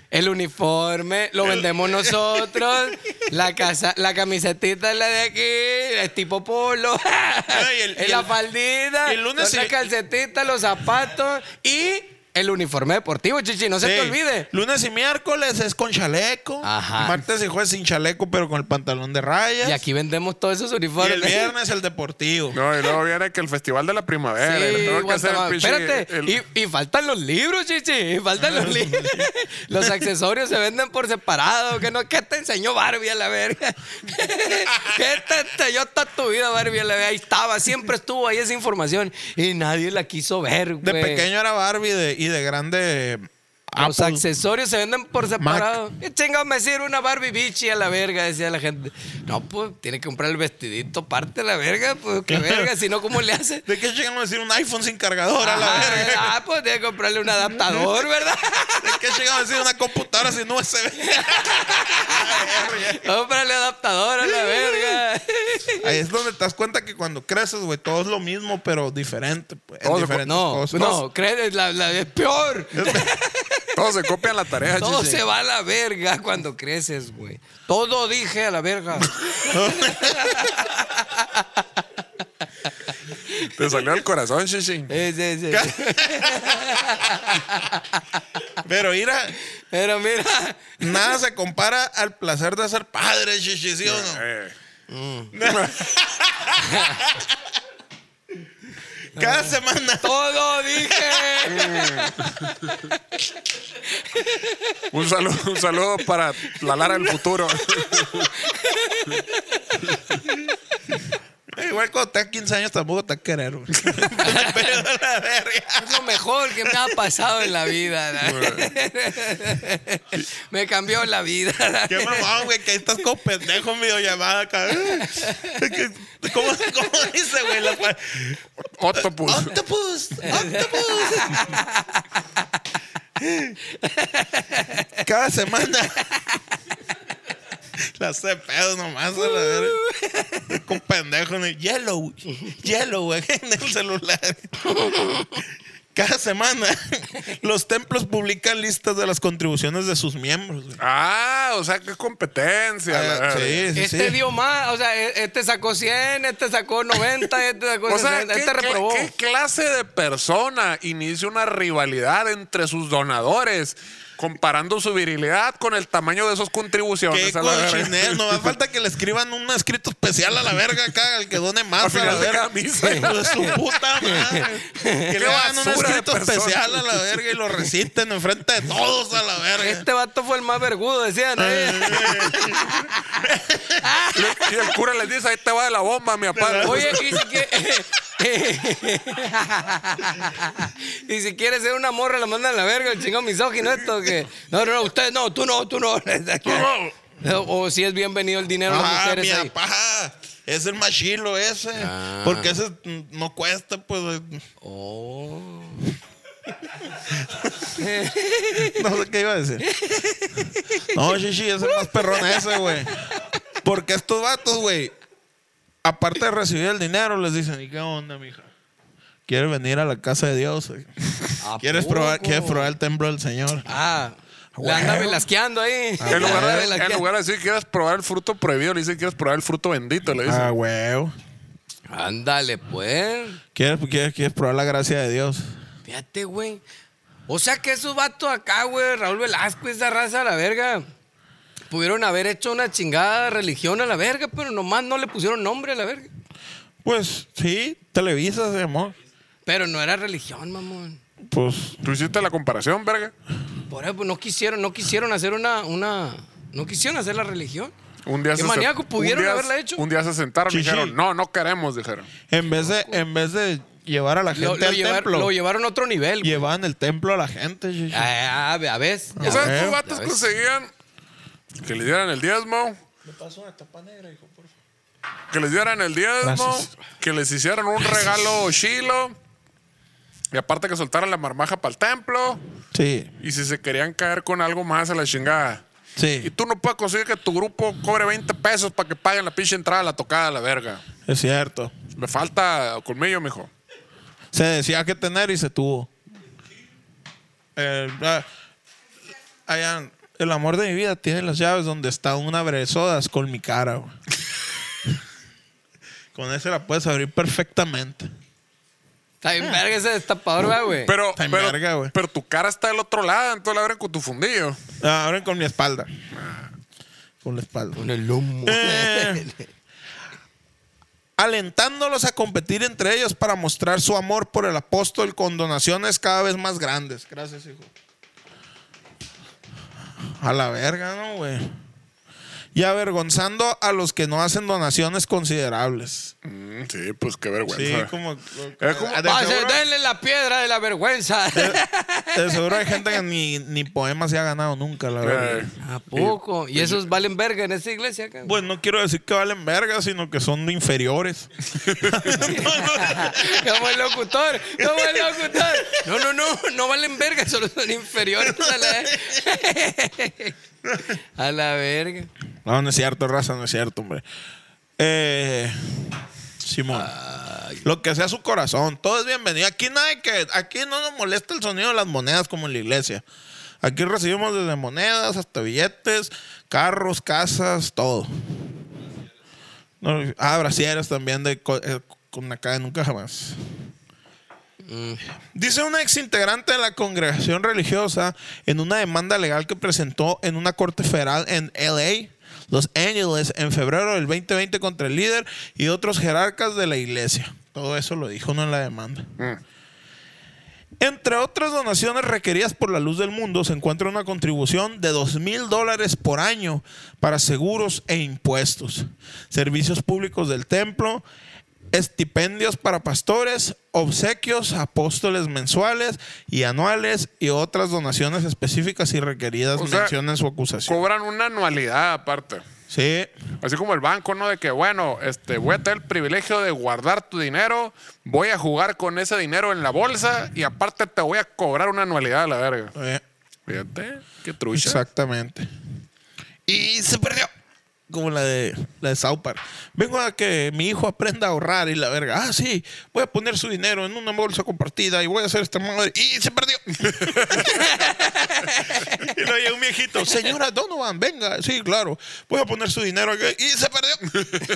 el uniforme lo vendemos nosotros, la casa, la camisetita es la de aquí, es tipo polo, y el- es y la el- faldita, y el lunes son y- las calcetitas, los zapatos y el uniforme deportivo, chichi, no se te Sí. olvide. Lunes y miércoles es con chaleco. Ajá. Martes y jueves sin chaleco, pero con el pantalón de rayas. Y aquí vendemos todos esos Y uniformes. el viernes el deportivo. No, y luego viene que el festival de la Sí, primavera. y Eh, le tengo que hacer el Guantamamo. pinche- Espérate, el- y, y faltan los libros, chichi. y faltan los libros. los accesorios se venden por separado. ¿Qué, no? ¿Qué te enseñó Barbie a la verga? ¿Qué te enseñó toda tu vida, Barbie a la verga? Ahí estaba, siempre estuvo ahí esa información. Y nadie la quiso ver, güey. De pequeño era Barbie de- y de grande. Los Apple. accesorios se venden por separado. ¿Qué chingado me sirve una Barbie bichi a la verga? Decía la gente. No, pues, tiene que comprar el vestidito parte a la verga. Pues, qué verga, si no, ¿cómo le hace? ¿De qué llegan a decir un iPhone sin cargador a la Ah, verga? Ah, pues tiene que comprarle un adaptador, ¿verdad? ¿De qué llegan a decir una computadora sin USB? Comprarle adaptador a la verga. Ahí es donde te das cuenta que cuando creces, güey, todo es lo mismo, pero diferente. Pues, en Todo se- diferentes No, cosas. no, crees, la, la- es peor. Todos se copian la tarea, Todo chichi. se va a la verga cuando creces, güey. Todo dije a la verga. Te salió el corazón, chichi. Sí, sí, sí. Pero mira, Pero mira, nada se compara al placer de ser padre, chichi, ¿sí o no? Eh, Cada semana. todo dije. un, saludo, un saludo para la Lara del futuro. Ay, Eh, Igual cuando estás 15 años tampoco te vas a querer, güey. Pero la verga. Es lo mejor que me ha pasado en la vida. ¿no? me cambió la vida. ¿no? Qué mamón, güey, que ahí estás como pendejo en videollamada, cabrón. Es que- ¿Cómo, cómo dice, güey? La pa- Octopus. Octopus, octopus. Cada semana. La hace de pedo nomás a la verga. Con pendejo en el yellow. Yellow, güey, en el celular. Cada semana los templos publican listas de las contribuciones de sus miembros. güey. Ah, o sea, qué competencia. la Ah, verga. sí, sí, Este sí. dio más, o sea, e- este sacó 100, este sacó 90, este sacó O sea, 60, ¿qué, este qué- reprobó. qué clase de persona inicia una rivalidad entre sus donadores comparando su virilidad con el tamaño de sus Qué contribuciones? a la verga? cochinero. No hace falta que le escriban un escrito especial a la verga acá, al que done más Al a la final de verga. cada misa. Hijo de su puta madre. Que le hagan un basura de escrito persona. especial a la verga y lo reciten enfrente de todos a la verga. Este vato fue el más vergudo, decían. Ah, ¿eh? Y el cura les dice, ahí te va de la bomba, mi papá. Oye, y si, quie- y si quiere ser una morra, la mandan a la verga, el chingón misógino esto. Que... No, no, no, usted no, tú no, tú no. o, o si es bienvenido el dinero a las Ah, mi mujeres ahí. papá. Es el machilo ese. Ah. Porque ese mm, no cuesta, pues. Oh. No sé qué iba a decir. No, Shishi, es el más perrón ese, güey. Porque estos vatos, güey, aparte de recibir el dinero, les dicen, ¿y qué onda, mija? ¿Quieres venir a la casa de Dios? güey? ¿A ¿Quieres probar, poco? quieres probar el templo del Señor? Ah, Huevo. la anda velasqueando ahí. Ah, En lugar, La anda de, en velasqueando. lugar de decir quieres probar el fruto prohibido, le dicen quieres probar el fruto bendito, le dicen. Ah, güey. Ándale, pues. ¿Quieres, quieres, ¿Quieres probar la gracia de Dios? Fíjate, güey. O sea que esos vatos acá, güey, Raúl Velasco, esa raza a la verga, pudieron haber hecho una chingada religión a la verga, pero nomás no le pusieron nombre a la verga. Pues sí, Televisa se llamó. Pero no era religión, mamón. Pues Tú hiciste la comparación, verga. Por eso pues, no quisieron, no quisieron hacer una, una, no quisieron hacer la religión. Un día Qué se maníaco, pudieron un día- haberla hecho. Un día se sentaron y Sí, sí. dijeron, no, no queremos, dijeron. en vez de, en vez de llevar a la gente Lo, lo al llevar- templo, lo llevaron a otro nivel. güey. llevaban el templo a la gente. Shishi. Ah, a ver, a ver. O sea, ver, estos ya vatos ves. conseguían que les dieran el diezmo, Me paso una tapa negra, hijo, por favor. que les dieran el diezmo, Gracias. que les hicieran un regalo chilo. Y aparte que soltaran la marmaja para el templo. Sí, Y si se querían caer con algo más a la chingada. Y sí, tú no puedes conseguir que tu grupo cobre 20 pesos para que paguen la pinche entrada a la tocada a la verga. es cierto. Le falta colmillo, mijo. Se decía que tener y se tuvo. El, ah, Ayan, el amor de mi vida tiene las llaves donde está una bresodas con mi cara. güey. con ese la puedes abrir perfectamente. Está bien verga ese destapador, va, güey. Pero, Está en pero, verga, güey. pero tu cara está del otro lado, entonces la abren con tu fundillo. Ah, abren con mi espalda. Ah, Con la espalda. Con el lomo. Eh. Alentándolos a competir entre ellos para mostrar su amor por el apóstol con donaciones cada vez más grandes. Gracias, hijo. A la verga, ¿no, güey? Y avergonzando a los que no hacen donaciones considerables. Mm, sí, pues qué vergüenza. Sí, como. Es como- de, Ah, se- seguro, denle la piedra de la vergüenza. de seguro hay gente que ni, ni poemas se ha ganado nunca, la Eh, verdad. ¿A poco? ¿Y esos valen verga en esa iglesia? acá? Pues no quiero decir que valen verga, sino que son inferiores. Como el locutor, como el locutor. No, no, no, no valen verga, solo son inferiores a la, a la verga. No, no es cierto, raza, no es cierto, hombre. Eh, Simón. Lo que sea su corazón, todo es bienvenido. Aquí nadie que, aquí no nos molesta el sonido de las monedas como en la iglesia. Aquí recibimos desde monedas hasta billetes, carros, casas, todo. No, ah, brasieras también de co- eh, con acá de nunca jamás. Dice una exintegrante de la congregación religiosa en una demanda legal que presentó en una corte federal en LA, Los Ángeles, en febrero del 2020 contra el líder y otros jerarcas de la iglesia. Todo eso lo dijo no en la demanda. Mm. Entre otras donaciones requeridas por la luz del mundo se encuentra una contribución de 2 mil dólares por año para seguros e impuestos, servicios públicos del templo estipendios para pastores, obsequios, apóstoles mensuales y anuales y otras donaciones específicas y requeridas O sea, mencionen su acusación. Cobran una anualidad aparte. Sí, Así como el banco, ¿no? De que, bueno, este, voy a tener el privilegio de guardar tu dinero, voy a jugar con ese dinero en la bolsa y aparte te voy a cobrar una anualidad a la verga. eh, Fíjate, qué trucha. exactamente. Y se perdió. Como la de, la de South Park. Vengo a que mi hijo aprenda a ahorrar y la verga. Ah, sí, voy a poner su dinero en una bolsa compartida y voy a hacer esta madre. Y se perdió. y luego llega un viejito. Señora Donovan, venga. Sí, claro. Voy a poner su dinero aquí. Y se perdió.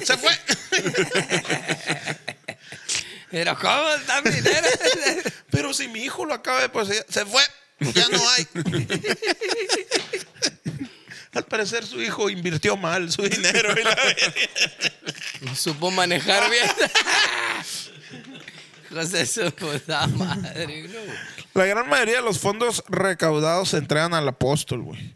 se fue. Pero ¿cómo está mi dinero? Pero si mi hijo lo acaba de poseer, se fue. Ya no hay. Al parecer su hijo invirtió mal su dinero. y la verga. No supo manejar bien. José su puta madre. no. La gran mayoría de los fondos recaudados se entregan al apóstol, güey.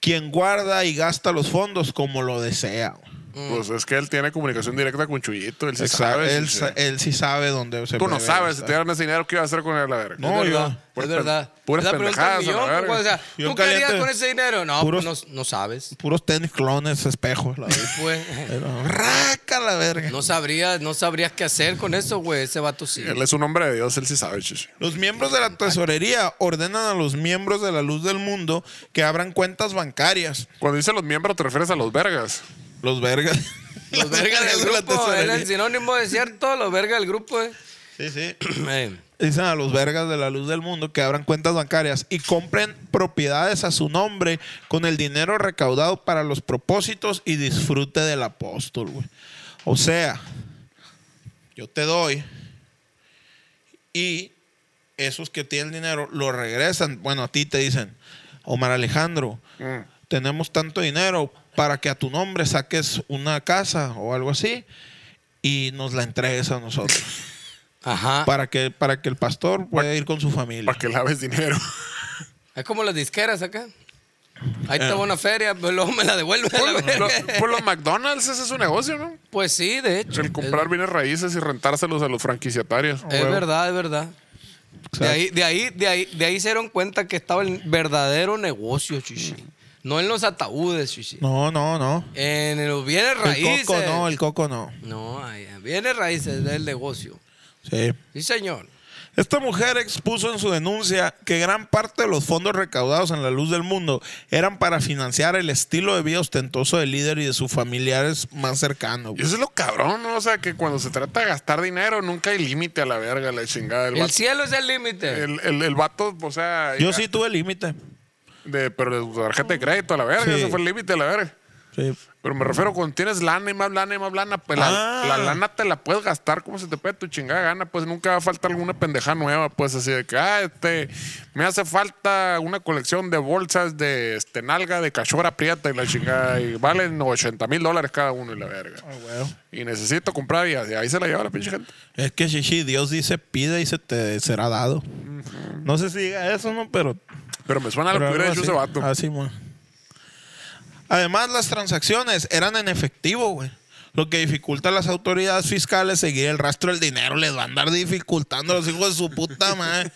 Quien guarda y gasta los fondos como lo desea. güey. Mm. Pues es que él tiene comunicación directa con Chuyito, él sí Él, sabe. él sí, sa- sí. él sí sabe dónde se Tú no puede sabes, si gastar. te dieron ese dinero, ¿qué iba a hacer con él a la verga? No, es yo- verdad, puras es verdad. pen- puras Es la pregunta pendejadas, a del la millón, verga. o sea, Yo ¿tú qué harías caliente- con ese dinero? No, Puros- pues no, no sabes. Puros tenis clones, espejos. La verga. Pues, Pero, raca la verga. no sabrías, no sabrías qué hacer con eso, güey. Ese vato sí. Él es un hombre de Dios, él sí sabe, chichi. Los miembros de la tesorería ordenan a los miembros de la luz del mundo que abran cuentas bancarias. Cuando dice los miembros, te refieres a los vergas. Los vergas. Los vergas del grupo, era el sinónimo de cierto, los vergas del grupo. eh. Sí, sí. Eh, Dicen a los vergas de la luz del mundo que abran cuentas bancarias y compren propiedades a su nombre con el dinero recaudado para los propósitos y disfrute del apóstol, güey. O sea, yo te doy y esos que tienen dinero lo regresan. Bueno, a ti te dicen, Omar Alejandro, tenemos tanto dinero para que a tu nombre saques una casa o algo así y nos la entregues a nosotros Ajá. para que para que el pastor pueda ir con su familia. Para que laves dinero. Es como las disqueras acá. Ahí te va una feria, pero luego me la devuelven. a la Pues verga. los, pues los McDonald's, ese es su negocio, ¿no? Pues sí, de hecho. El comprar bienes raíces y rentárselos a los franquiciatarios. Es verdad, es verdad. De ahí, de, ahí, de, ahí, de ahí se dieron cuenta que estaba el verdadero negocio, chichi. No en los ataúdes, chichi. No, no, no. En los bienes raíces. El coco no, el coco no. No, ay, bienes raíces del negocio. Sí. Sí, señor. Esta mujer expuso en su denuncia que gran parte de los fondos recaudados en la luz del mundo eran para financiar el estilo de vida ostentoso del líder y de sus familiares más cercanos. Y güey. eso es lo cabrón, ¿no? O sea, que cuando se trata de gastar dinero, nunca hay límite a la verga, la chingada. El, El vato, cielo es el límite. el, el- el vato, o sea. Yo ya- sí tuve límite. de- pero de su tarjeta de crédito a la verga, Sí. ese fue el límite a la verga. Sí. Pero me refiero, cuando tienes lana y más lana y más lana, pues la, Ah. la lana te la puedes gastar como se te pegue tu chingada gana, pues nunca va a faltar alguna pendeja nueva, pues así de que, ah, este, me hace falta una colección de bolsas de este, nalga de cachora prieta y la chingada, y valen 80 mil dólares cada uno y la verga. Ah, Y necesito comprar y así- ahí se la lleva la pinche gente. Es que Shishi, Dios dice pide y se te será dado. No sé si diga eso, ¿no? Pero Pero me suena a lo Pero que hubiera algo hecho así. ese vato. Ah, sí, mo. Además, las transacciones eran en efectivo, güey. Lo que dificulta a las autoridades fiscales seguir el rastro del dinero. Les va a andar dificultando a los hijos de su puta madre.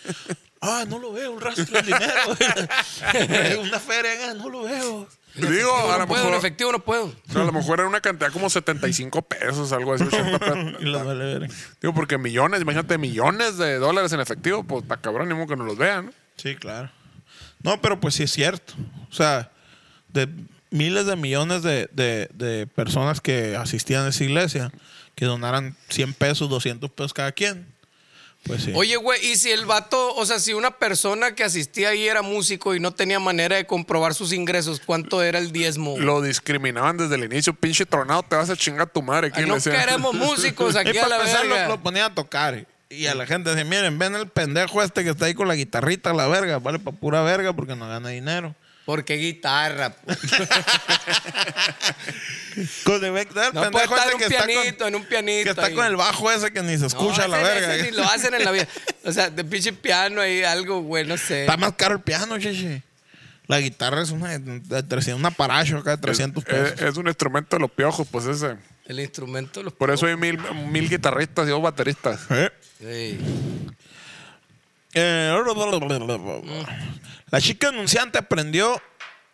Ah, no lo veo, un rastro del dinero. Una feria, ah, no lo veo. Digo, a lo No puedo, en mejor. efectivo no puedo. A lo mejor era una cantidad como 75 pesos, algo así. 80 pesos. Y los vale verga. Digo, porque millones, imagínate, millones de dólares en efectivo, pues está cabrón, ni modo que no los vean. ¿no? Sí, claro. No, pero pues sí es cierto. O sea, de miles de millones de, de- de personas que asistían a esa iglesia, que donaran 100 pesos, 200 pesos cada quien, pues sí. Oye, güey, y si el vato, o sea, si una persona que asistía ahí era músico y no tenía manera de comprobar sus ingresos, ¿cuánto era el diezmo? güey? Lo discriminaban desde el inicio, pinche tronado, te vas a chingar a tu madre. Ay, Aquí Ah, no queremos músicos Y aquí a para la empezar, verga. lo, lo ponía a tocar. Y a la gente decía, miren, ven el pendejo este que está ahí con la guitarrita a la verga, vale para pura verga porque no gana dinero. Porque guitarra. po? Con el, ve- el No puede pendejo estar este en un que está, pianito, con, en un pianito. que está ahí. con el bajo ese que ni se No, escucha a la ese- verga. ese ni lo hacen en la vida. O sea, de pinche piano ahí, algo, güey, no sé. Está más caro el piano, chichi. La guitarra es una de 300, un aparacho acá de 300 pesos. Eh, Es, es un instrumento de los piojos, pues ese. El instrumento los Por eso hay mil, mil guitarristas y dos bateristas. ¿Eh? Sí. Eh, La chica anunciante aprendió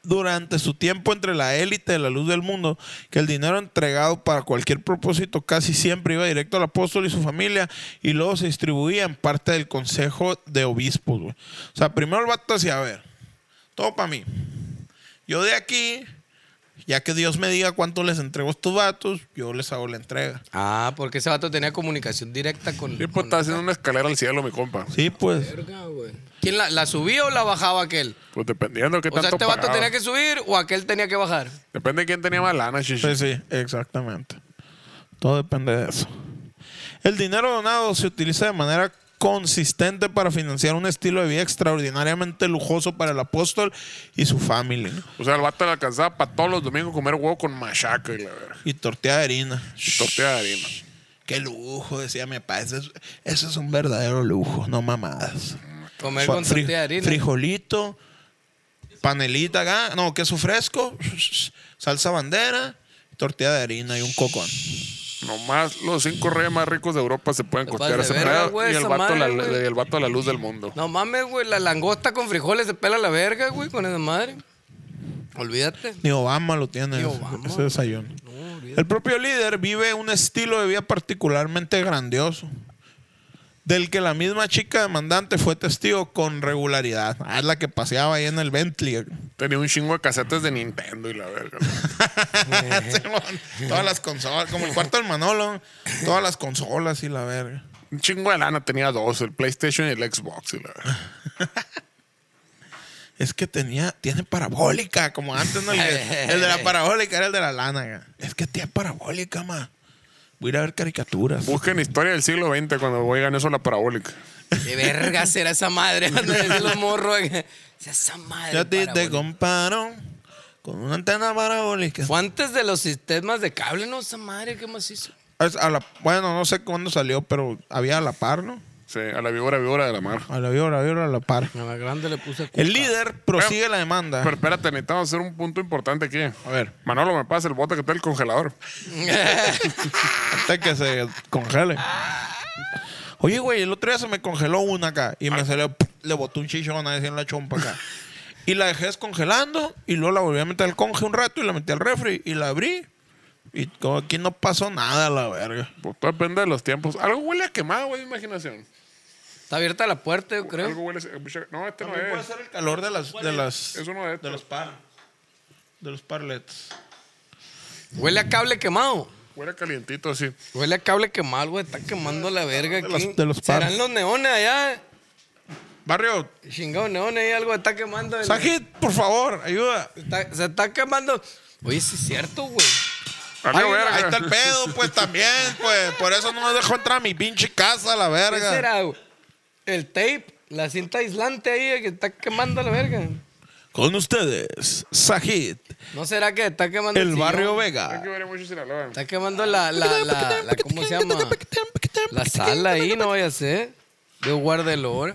durante su tiempo entre la élite de la luz del mundo que el dinero entregado para cualquier propósito casi siempre iba directo al apóstol y su familia y luego se distribuía en parte del consejo de obispos. güey. O sea, primero el vato decía, a ver, todo para mí. Yo de aquí, ya que Dios me diga cuánto les entrego a estos vatos, yo les hago la entrega. Ah, porque ese vato tenía comunicación directa con. Y pues con- está haciendo una escalera al cielo, mi compa. Sí, pues. Verga, güey. ¿Quién la, la subía o la bajaba aquel? Pues dependiendo de qué O sea, tanto este vato pagaba. tenía que subir o aquel tenía que bajar. Depende de quién tenía más lana, chichi. Sí, sí, exactamente. Todo depende de eso. El dinero donado se utiliza de manera consistente para financiar un estilo de vida extraordinariamente lujoso para el apóstol y su familia. ¿no? O sea, el vato le alcanzaba para todos los domingos comer huevo con machaca y la verga. Y tortilla de harina. Y tortilla de harina. Qué lujo, decía mi papá. Eso es, eso es un verdadero lujo, no mamadas. Comer Fa- con fri- tortilla de harina. Frijolito, panelita acá, no, queso fresco, salsa bandera, tortilla de harina y un cocón. Nomás los cinco reyes más ricos de Europa se pueden Te costear vas ese de verga, pedo. güey, Y el esa vato, la, madre, güey. y el vato a la luz del mundo. No mames, güey. La langosta con frijoles se pela la verga, güey, con esa madre. Olvídate. Ni Obama lo tiene Ni ese- Obama. ese desayuno. No, olvídate. El propio líder vive un estilo de vida particularmente grandioso, del que la misma chica demandante fue testigo con regularidad. Ah, es la que paseaba ahí en el Bentley. Tenía un chingo de casetes de Nintendo y la verga. Simón, todas las consolas, como el cuarto del Manolo, todas las consolas y la verga. un chingo de lana tenía dos, el PlayStation y el Xbox y la verga. Es que tenía, tiene parabólica, como antes, ¿no? el, de- el de la parabólica era el de la lana. ga. Es que tiene parabólica, ma. Voy a ir a ver caricaturas. Busquen historia del siglo XX cuando oigan eso a la parabólica. ¿Qué verga será esa madre? Ándale, los morros. güey. Esa madre. Yo a ti te parabólica. comparo con una antena parabólica. Fue antes de los sistemas de cable, ¿no? Esa madre, ¿qué más hizo? Es a la- bueno, no sé cuándo salió, pero había a la par, ¿no? Sí, a la víbora, víbora de la mar. A la víbora, a la víbora, a la par. A la grande le puse. El líder prosigue la demanda. Pero espérate, necesitamos hacer un punto importante aquí. a ver, Manolo, me pasa el bote que está en el congelador. hasta que se congele. Oye, güey, el otro día se me congeló una acá y me salió, ¡pum! le botó un chichón así en la chompa acá. Y la dejé descongelando y luego la volví a meter al conge un rato y la metí al refri y la abrí. Y como aquí no pasó nada, la verga. Pues todo depende de los tiempos. Algo huele a quemado, güey, de imaginación. Está abierta la puerta, yo creo. Algo huele a... No, este no También puede es. ser el calor de las, de las, Es uno de de estos. los par, de los parlets. Huele a cable quemado. Huele calientito así. Huele a cable quemado, güey. Está quemando la verga aquí. los- de los ¿Serán paros. los neones allá? Barrio, Chingados neones y algo está quemando. el- Sajid, por favor, ayuda. está- se está quemando. Oye, sí es cierto, güey. Vale, Ay, verga. ahí está el pedo, pues también, pues. Por eso no me dejó entrar a mi pinche casa, la ¿Qué verga. será, güey? El tape, la cinta aislante ahí que está quemando la verga. Con ustedes, Sajid, ¿No será que está quemando el sillón? barrio Hay Vega. que ver mucho Sinaloa. Está quemando la, la, la, la- ¿cómo se llama? La sala ahí, no vaya a ser. Yo guardo el olor.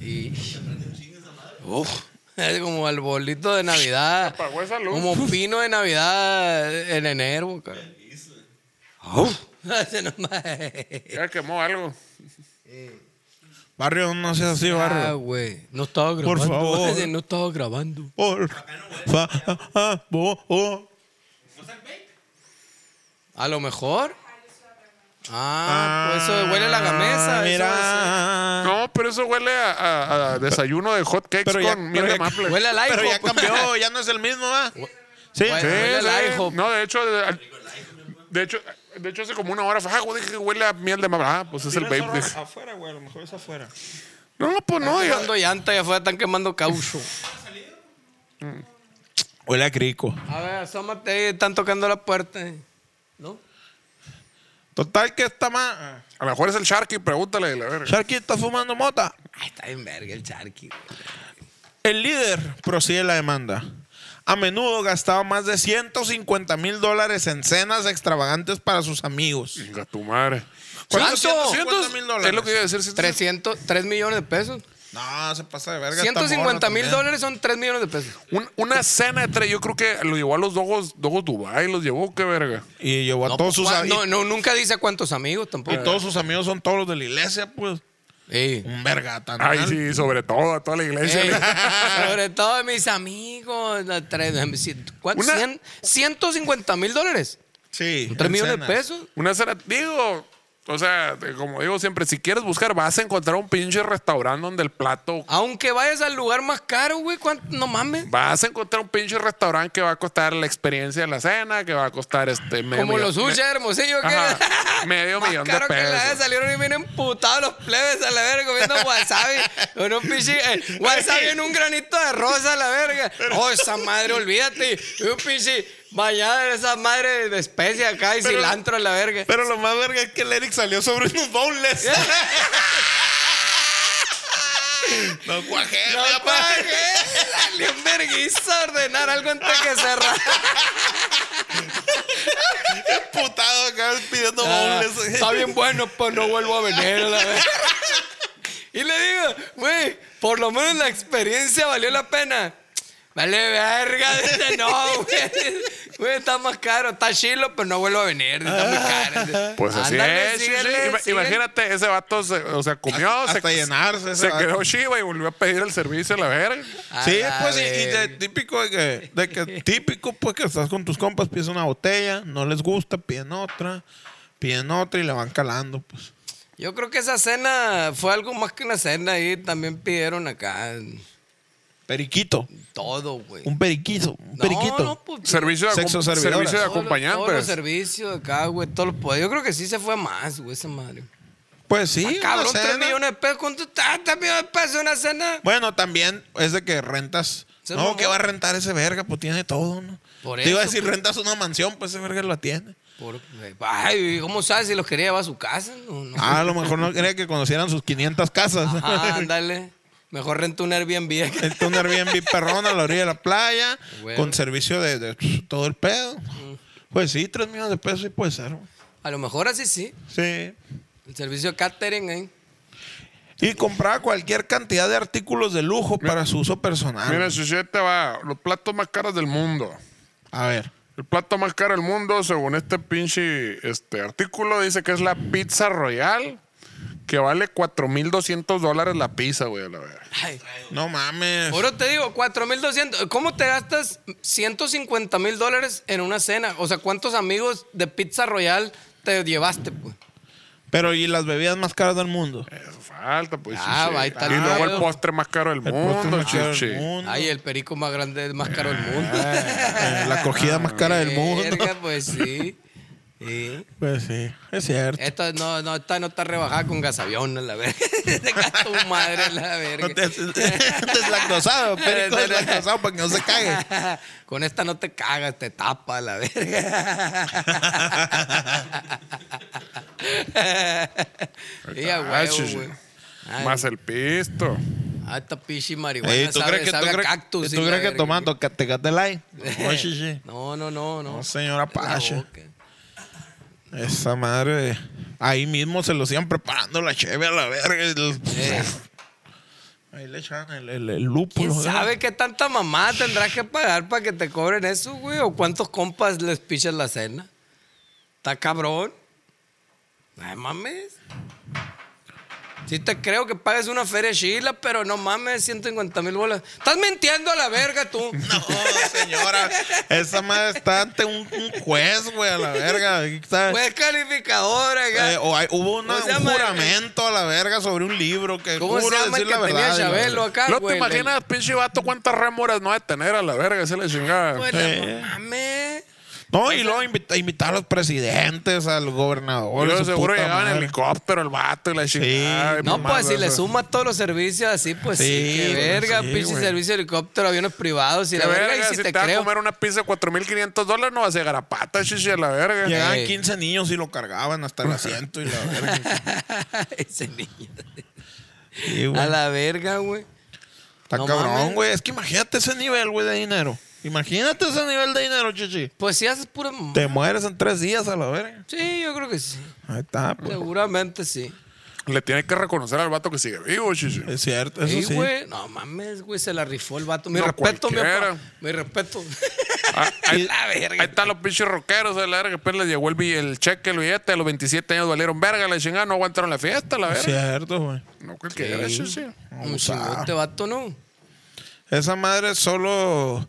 Y... Uf. Es como arbolito de Navidad. Apagó esa luz. Como pino de Navidad en enero, cara. Uf. Ese nomás. Ya quemó algo. Barrio, no seas así, Ah, barrio. güey. No estaba grabando. favor. No estaba grabando. Por favor. A lo mejor. Ah, pues eso huele a la gamesa. eso Mira. No, pero eso huele a, a- a desayuno de hot cakes Pero con ya- miel pero de ya- maple. es- Huele pues. al aire. Pero ya cambió, ya no es el mismo, ¿ah? Sí. Sí, huele al sí. IHOP. No, de hecho, de, de hecho, de hecho hace como una hora, ah, güey, dije que huele a miel de maple. Ah, pues es el vape. dije. Afuera, güey, a lo mejor es afuera. No, pues no, diga. quemando llanta y afuera están quemando caucho. Huele a crico. A ver, asómate ahí, están tocando la puerta. eh. ¿No? Total que está más. A lo mejor es el Sharky, pregúntale, la verga. Sharky está fumando mota. Ay, está bien verga el charqui. El líder prosigue la demanda. A menudo gastaba más de 150 mil dólares en cenas extravagantes para sus amigos. Venga, tu madre. ¿Cuánto? 150 mil Es lo que iba a dólares. decir. 100, 300, 3 millones de pesos. No, se pasa de verga. está morra 150 mil también. dólares son 3 millones de pesos. Un- una cena de tres, yo creo que lo llevó a los Dogos, Dogos Dubai, los llevó, qué verga. Y llevó a todos sus Cua- amigos. No, pues, no, nunca dice a cuántos amigos Y tampoco. todos sus amigos son todos los de la iglesia, pues. Sí. Un verga tan Ay, sí, sobre todo a toda la iglesia. Ey, sobre todo mis amigos. la tres- cien- ¿cuánto? Una- Cien- 150 mil dólares. Sí. 3 en millones de cenas. pesos. Una cena, digo, o sea, como digo siempre, si quieres buscar, vas a encontrar un pinche restaurante donde el plato. Aunque vayas al lugar más caro, güey, ¿cuánto? no mames. Vas a encontrar un pinche restaurante que va a costar la experiencia de la cena, que va a costar este medio Como los millón- sushi de hermosillo, me- que ajá, medio más millón de caro que la vez pesos. salieron y vienen putados los plebes a la verga comiendo wasabi. con un pinche eh, wasabi en un granito de rosa a la verga. Oh, esa madre, olvídate. Y un pinche bañado en esa madre de especia acá y cilantro a la verga. Pero lo más verga es que el Eric salió sobre unos bowls. no cuajé, No papá. pagué. Salió un verguizo a ordenar algo antes que cerrar. Putado acá pidiendo Ah, bowls. está bien bueno, pues no vuelvo a venir. la verdad. y le digo, güey, por lo menos la experiencia valió la pena. Vale, verga, dice, no, güey. Güey, está más caro, está chilo, pero no vuelvo a venir, está muy Ah. caro. Pues así es. Ándale, sí, sí. síguele, Ima- síguele. Imagínate, ese vato, se- o sea, comió, Hasta- se, hasta llenarse ese se vato. quedó chiva y volvió a pedir el servicio a la verga. A Sí, la pues, y, y de- verga. típico de que, de que- típico, pues, que estás con tus compas, pides una botella, no les gusta, piden otra, piden otra y la van calando, pues. Yo creo que esa cena fue algo más que una cena ahí. También pidieron acá Periquito, todo, güey. un periquito, un periquito. No, no, pues, Servicio pues. de, Sexo acom- servidora. servicio de Solo- todos los- Todos los acompañantes. servicios acá, güey, todos los poderes. Yo creo que sí se fue a más, güey, esa madre. Pues sí, una Ah, Cabrón, cena. 3 millones de pesos. ¿Cuánto está? 3 millones de pesos una cena. Bueno, también es de que rentas. Se No, mamó. que va a rentar ese verga, pues tiene todo, ¿no? Por Te iba a eso, decir, pues. rentas una mansión, pues ese verga la tiene. Por- ay, ¿cómo sabes si los quería llevar a su casa? No, no. Ah, a lo mejor no quería que conocieran sus 500 casas. Ajá, ándale. Mejor renta un Airbnb. acá. Está un Airbnb perrón a la orilla de la playa, Güey. con servicio de, de todo el pedo. Pues sí, tres millones de pesos sí puede ser. güey. A lo mejor así sí. Sí. El servicio de catering, ¿eh? Y compraba cualquier cantidad de artículos de lujo para su uso personal. Mira, Sushi, te va. Los platos más caros del mundo. A ver. El plato más caro del mundo, según este pinche este, artículo, dice que es la pizza royal, que vale 4.200 dólares la pizza, güey, a la verga. Ay, No mames. Ahora te digo, 4.200. ¿Cómo te gastas 150 mil dólares en una cena? O sea, ¿cuántos amigos de Pizza Royal te llevaste, pues? Pero y las bebidas más caras del mundo. Eh, Eso falta, pues. Ah, Sushi. ahí está el y luego el pedo. postre más caro del El postre mundo, más caro del Sushi. mundo. Ay, el perico más grande, más caro del mundo. Eh, La acogida más cara del mundo. Verga, pues sí. Sí. Pues sí, es cierto. Esto no, no, esta no está rebajada con gasavión, a la verga. Te cae tu madre, a la verga. No te- Deslactosado, perico deslactosado para que no se cague. Con esta no te cagas, te tapa, a la verga. Sí, a Ah, huevo, sí, güey. sí. Ay, Más el pisto. ah, esta pichi marihuana Ey, ¿Tú sabe, crees que, tú sabe a crees- cactus. y tú la crees que verga. tomando ca- Tecate Light? Oye, sí, sí. No, no, no, no. No, señora Es la Pacha. boca. Esa madre. Ahí mismo se lo iban preparando la cheve a la verga. El- Eh. Ahí le echaban el, el, el lúpulo. ¿Quién ¿verdad? sabe qué tanta mamá tendrás que pagar para que te cobren eso, güey? ¿O cuántos compas les pichas la cena? ¿Está cabrón? Ay, mames. Sí te creo que pagues una feria chila, pero no mames, 150 mil bolas. Estás mintiendo a la verga tú. No, señora. Esa madre está ante un, un juez, güey, a la verga. Ahí está. Pues calificadora, Eh, güey. o hay- hubo una- ¿Cómo se un llama? juramento a la verga sobre un libro que ¿Cómo se juro llama el decir que la tenía verdad. y la Chabelo acá, ¿No te güey? imaginas, pinche vato, cuántas rémoras no ha de tener a la verga? Esa es la chingada. Pues, Eh. no mames. No, y luego invita- invitar a los presidentes, al Yo gobernador. y su seguro puta llegaba en madre. helicóptero el vato y la chingada. y No, mamás pues si de le esas. sumas todos los servicios así, pues sí, Sí, qué güey, verga, sí, pinche güey. servicio de helicóptero, aviones privados y Qué la verga, verga, y si, si te, te, vas a creo. comer una pizza de 4.500 dólares, no vas a llegar a pata, chichi, a la verga. Llegaban Ey. 15 niños y lo cargaban hasta el asiento y la verga. Ese niño. Sí, güey. A la verga, güey. Está No cabrón, mames. güey. Es que imagínate ese nivel, güey, de dinero. Imagínate ese nivel de dinero, chichi. Pues si haces pura. m- Te mueres en tres días a la verga. Sí, yo creo que sí. Ahí está, pues. Seguramente sí. Le tiene que reconocer al vato que sigue vivo, chichi. Es cierto, Sí, eso sí. güey. No mames, güey. Se la rifó el vato. Mi No respeto, mi cualquiera. papá. Mi respeto. Ah, ahí, la ahí verga. están los pinches rockeros de la verga. Después les llegó el, bi- el cheque, el billete. A los 27 años valieron verga. La chingada no aguantaron la fiesta, la Es verga. cierto, güey. No cualquiera, Sí. chichi. Un chingote, vato, ¿no? Esa madre solo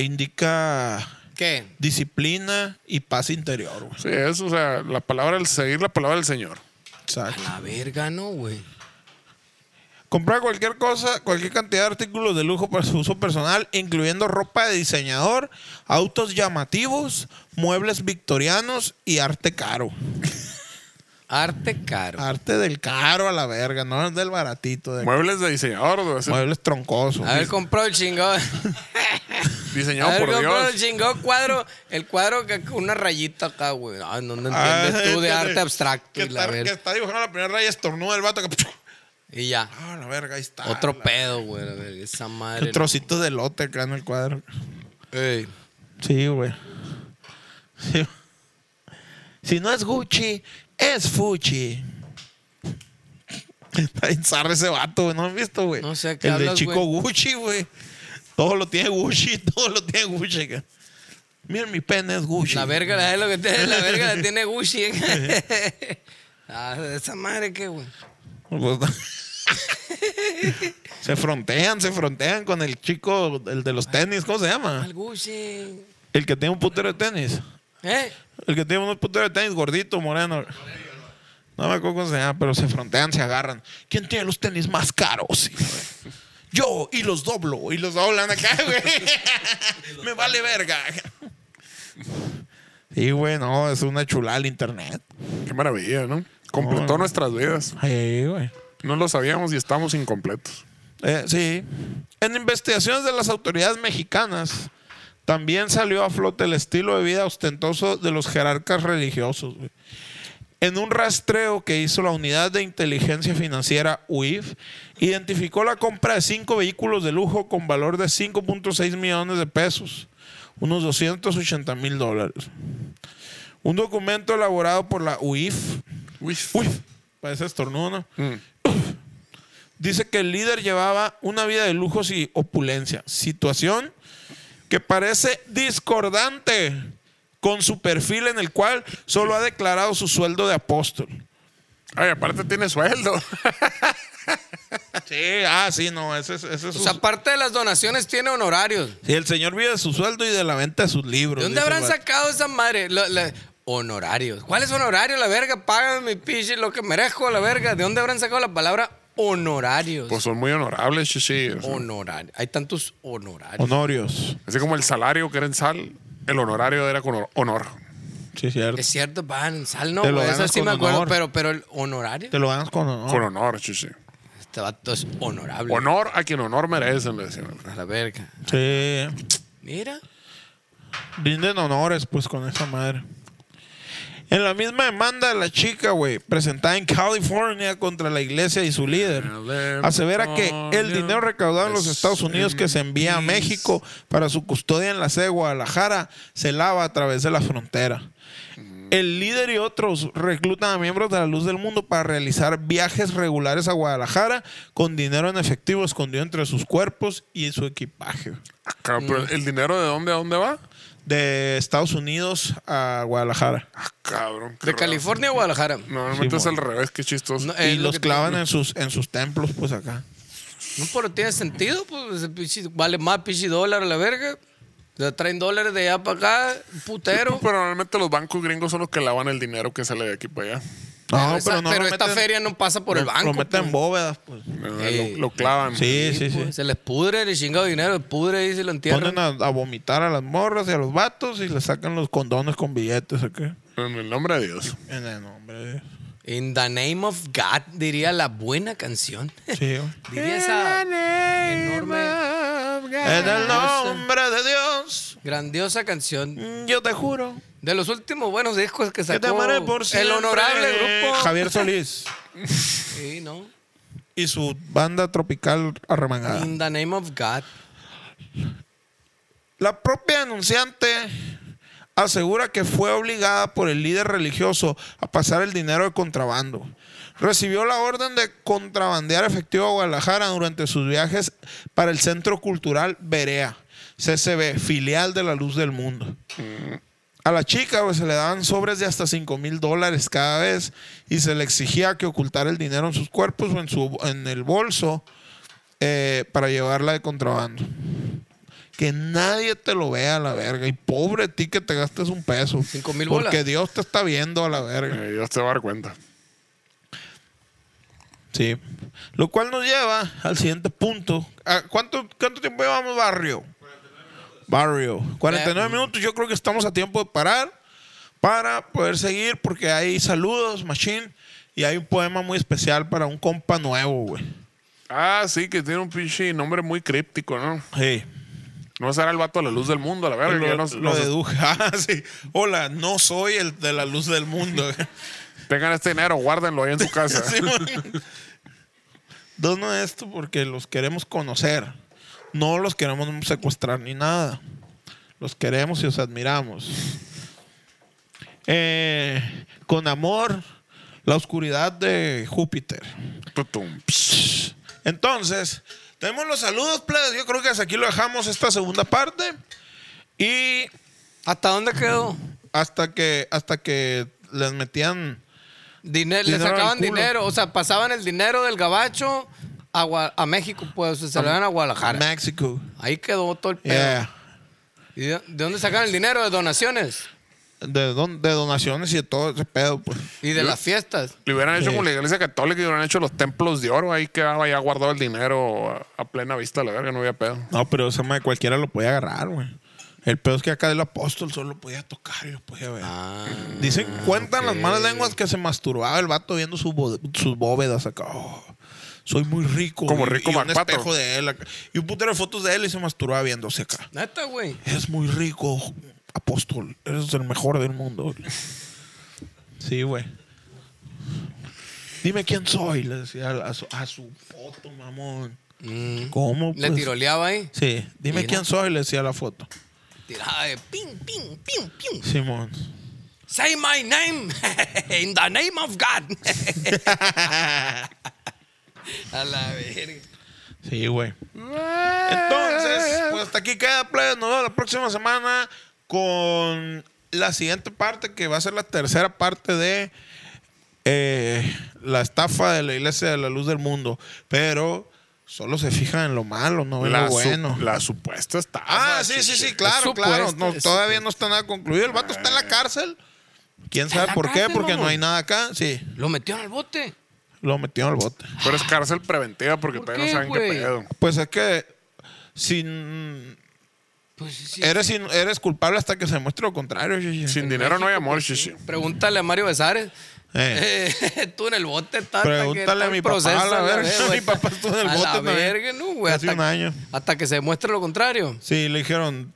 indica ¿Qué? disciplina y paz interior, güey. Sí, eso, o sea, la palabra del seguir la palabra del Señor. Exacto. La verga, no, güey. Comprar cualquier cosa, cualquier cantidad de artículos de lujo para su uso personal, incluyendo ropa de diseñador, autos llamativos, muebles victorianos y arte caro. Arte caro. Arte del caro a la verga, no es del baratito. De Muebles de diseñador, güey, así, muebles troncosos. A ver, compró el chingón. diseñado A ver, por compró Dios. el chingón cuadro. El cuadro que con una rayita acá, güey. Ah, no, no Ah, entiendes tú de que- arte abstracto Que y la está, que verga. está dibujando la primera raya, estornuda el vato. Que... Y ya. Ah, la verga, ahí está. Otro la- pedo, güey. la verga, Esa madre. Un trocito de lote acá en el cuadro. Ey. Sí, güey. Sí. Si no es Gucci, es Fuchi. Está bien zarra ese vato, güey. ¿No lo han visto, güey? No sé a qué El de hablas, chico Gucci, güey. Todo lo tiene Gucci, todo lo tiene Gucci. acá. Mira, mi pene es Gucci. La verga la, es lo que tiene, la verga la tiene Gucci. ¿eh? ah, esa madre qué, güey. Pues, no. se frontean, se frontean con el chico, el de los tenis, ¿cómo se llama? Al Gucci. El que tiene un putero de tenis. ¿Eh? El que tiene unos puteros de tenis gordito, moreno. No me acuerdo cómo se llama, pero se frontean, se agarran. ¿Quién tiene los tenis más caros? Yo, y los doblo, y los doblan acá, güey. me vale verga. Y güey, no, es una chulada el internet. Qué maravilla, ¿no? Completó No. nuestras vidas. Sí, güey. No lo sabíamos y estamos incompletos. Eh, sí. En investigaciones de las autoridades mexicanas, también salió a flote el estilo de vida ostentoso de los jerarcas religiosos. güey. En un rastreo que hizo la Unidad de Inteligencia Financiera UIF, identificó la compra de cinco vehículos de lujo con valor de 5.6 millones de pesos, unos 280 mil dólares. Un documento elaborado por la UIF, UIF, parece estornudo, ¿no? Dice que el líder llevaba una vida de lujos y opulencia. Situación que parece discordante con su perfil en el cual solo ha declarado su sueldo de apóstol. Ay, aparte tiene sueldo. Sí, ah, sí, no, ese, es- ese es O su- sea, aparte de las donaciones, tiene honorarios. Sí, el señor vive de su sueldo y de la venta de sus libros. ¿De dónde dice el habrán vato. sacado esa madre? Lo- la- honorarios. ¿Cuál es honorario? La verga, págame mi piche, lo que merezco, la verga. ¿De dónde habrán sacado la palabra honorarios? Pues son muy honorables, chichi. O sea, honorarios. Hay tantos honorarios. Honorios. Así como el salario que era en sal, el honorario era con hor- honor. Sí, cierto. Es cierto, van en sal, no, Te lo güey. Eso ganas sí con me acuerdo, honor. pero, pero el honorario. Te lo ganas con honor. Con honor, chichi. Este vato es honorable. Honor a quien honor merecen, le decían. A la verga. Sí. Mira. Rinden honores, pues, con esa madre. En la misma demanda de la chica, güey, presentada en California contra la iglesia y su líder, asevera que el dinero recaudado en los Estados Unidos que se envía a México para su custodia en la sede de Guadalajara se lava a través de la frontera. El líder y otros reclutan a miembros de la luz del mundo para realizar viajes regulares a Guadalajara con dinero en efectivo escondido entre sus cuerpos y su equipaje. Ah, cabrón, pero ¿El dinero de dónde a dónde va? De Estados Unidos a Guadalajara. Ah, cabrón. qué De raro. California a Guadalajara. No, Normalmente es Sí, al revés, qué chistoso. No, eh, y lo los que te- clavan en sus, en sus templos, pues acá. pero tiene sentido, pues ese pinche- vale más pichi dólar a la verga. O sea, traen dólares de allá para acá, putero. Pero normalmente los bancos gringos son los que lavan el dinero que sale de aquí para allá. pues, No, esa- pero no lo esta meten- feria no pasa por el lo- banco. Lo meten en pues. bóvedas, pues. Eh, Eh. Lo, lo clavan. Sí, sí, sí. Pues, Se les pudre el chingado dinero, el pudre y se lo entierran. Ponen a, a vomitar a las morras y a los vatos y le sacan los condones con billetes acá. En el nombre de Dios. En el nombre de Dios. In the name of God, diría la buena canción. Sí, güey. diría esa enorme, En el nombre de Dios, grandiosa canción. yo te juro De los últimos buenos discos que que sacó te amaré por siempre. el honorable grupo. Javier Solís Sí, ¿no? y su banda tropical arremangada. In the name of God. La propia denunciante asegura que fue obligada por el líder religioso a pasar el dinero de contrabando. Recibió la orden de contrabandear efectivo a Guadalajara durante sus viajes para el Centro Cultural Berea, CCB, filial de la Luz del Mundo. A la chica pues, se le daban sobres de hasta 5 mil dólares cada vez y se le exigía que ocultara el dinero en sus cuerpos o en, su, en el bolso eh, para llevarla de contrabando. Que nadie te lo vea a la verga. Y pobre ti que te gastes un peso. Cinco mil Porque bolas. Dios te está viendo a la verga. Eh, ya se va a dar cuenta. Sí. Lo cual nos lleva al siguiente punto. ¿A ¿Cuánto, cuánto tiempo llevamos, Barrio? Barrio. 49 Eh, minutos. Yo creo que estamos a tiempo de parar para poder seguir porque hay saludos, Machine, y hay un poema muy especial para un compa nuevo, güey. Ah, sí, que tiene un pinche nombre muy críptico, ¿no? Sí. No será el vato a la luz del mundo, a la verga. Lo, ya nos- lo nos- deduje. Ah, sí. Hola, no soy el de la luz del mundo. güey. Tengan este dinero, guárdenlo ahí en su casa. Sí, man. Dono esto porque los queremos conocer. No los queremos secuestrar ni nada. Los queremos y os admiramos. Eh, con amor, la oscuridad de Júpiter. Tutum. Entonces, tenemos los saludos, plebes. Yo creo que hasta aquí lo dejamos esta segunda parte. Y ¿Hasta dónde quedó? hasta que, hasta que les metían Diner- Dinero le sacaban al culo. dinero, o sea, pasaban el dinero del gabacho a, Gua- a México, pues se lo daban a a Guadalajara. México. Ahí quedó todo el pedo. Yeah. ¿Y de, de dónde sacaban el dinero? De donaciones de, don- de donaciones y de todo ese pedo, pues. y de las fiestas. Lo hubieran hecho Sí. con la iglesia católica y hubieran hecho los templos de oro. Ahí quedaba ya guardado el dinero a, a plena vista, la verga, no había pedo. No, pero esa madre cualquiera lo podía agarrar, güey. El pedo es que acá el apóstol solo lo podía tocar y lo podía ver. Ah, Dicen, cuentan las malas lenguas que se masturbaba el vato viendo sus, bo- sus bóvedas acá. Oh, soy muy rico. Como Y- Rico y un Macpato. espejo de él acá. Y un putero de fotos de él y se masturbaba viéndose acá. Neta, güey. Es muy rico, apóstol. Eres el mejor del mundo. Sí, güey. Dime quién soy, le decía a su, a su foto, mamón. ¿Cómo? Mm, Le pues? tiroleaba ahí. Sí, dime Mira. quién soy, le decía la foto. Tiraba de ping, ping, ping, ping. Simón. Say my name in the name of God. a la verga. Sí, güey. Entonces, pues hasta aquí queda, plebes. Nos vemos la próxima semana con la siguiente parte, que va a ser la tercera parte de eh, la estafa de la iglesia de la luz del mundo. Pero solo se fijan en lo malo, no en La, lo su- bueno. la supuesta está. Ah, sí, sí, sí, claro, supuesto, claro. No, es todavía no está nada concluido. El vato está en la cárcel. ¿Quién Está en sabe la por qué? cárcel, Porque no mamón. hay nada acá. Sí, Lo metieron al bote. lo metieron al bote. Pero es cárcel preventiva porque ¿Por todavía qué, no saben qué güey? pedo. Pues es que sin Pues sí. eres in- eres culpable hasta que se muestre lo contrario. Gigi. Sin dinero no hay pues, amor, chichi. pues, Pregúntale a Mario Besares. Eh. Eh, tú en el bote estás. Pregúntale a mi papá, a la verga. Mi papá estuvo en el bote A la también. verga, no, güey. Hace hasta un que- año. Hasta que se demuestre lo contrario. Sí, le dijeron,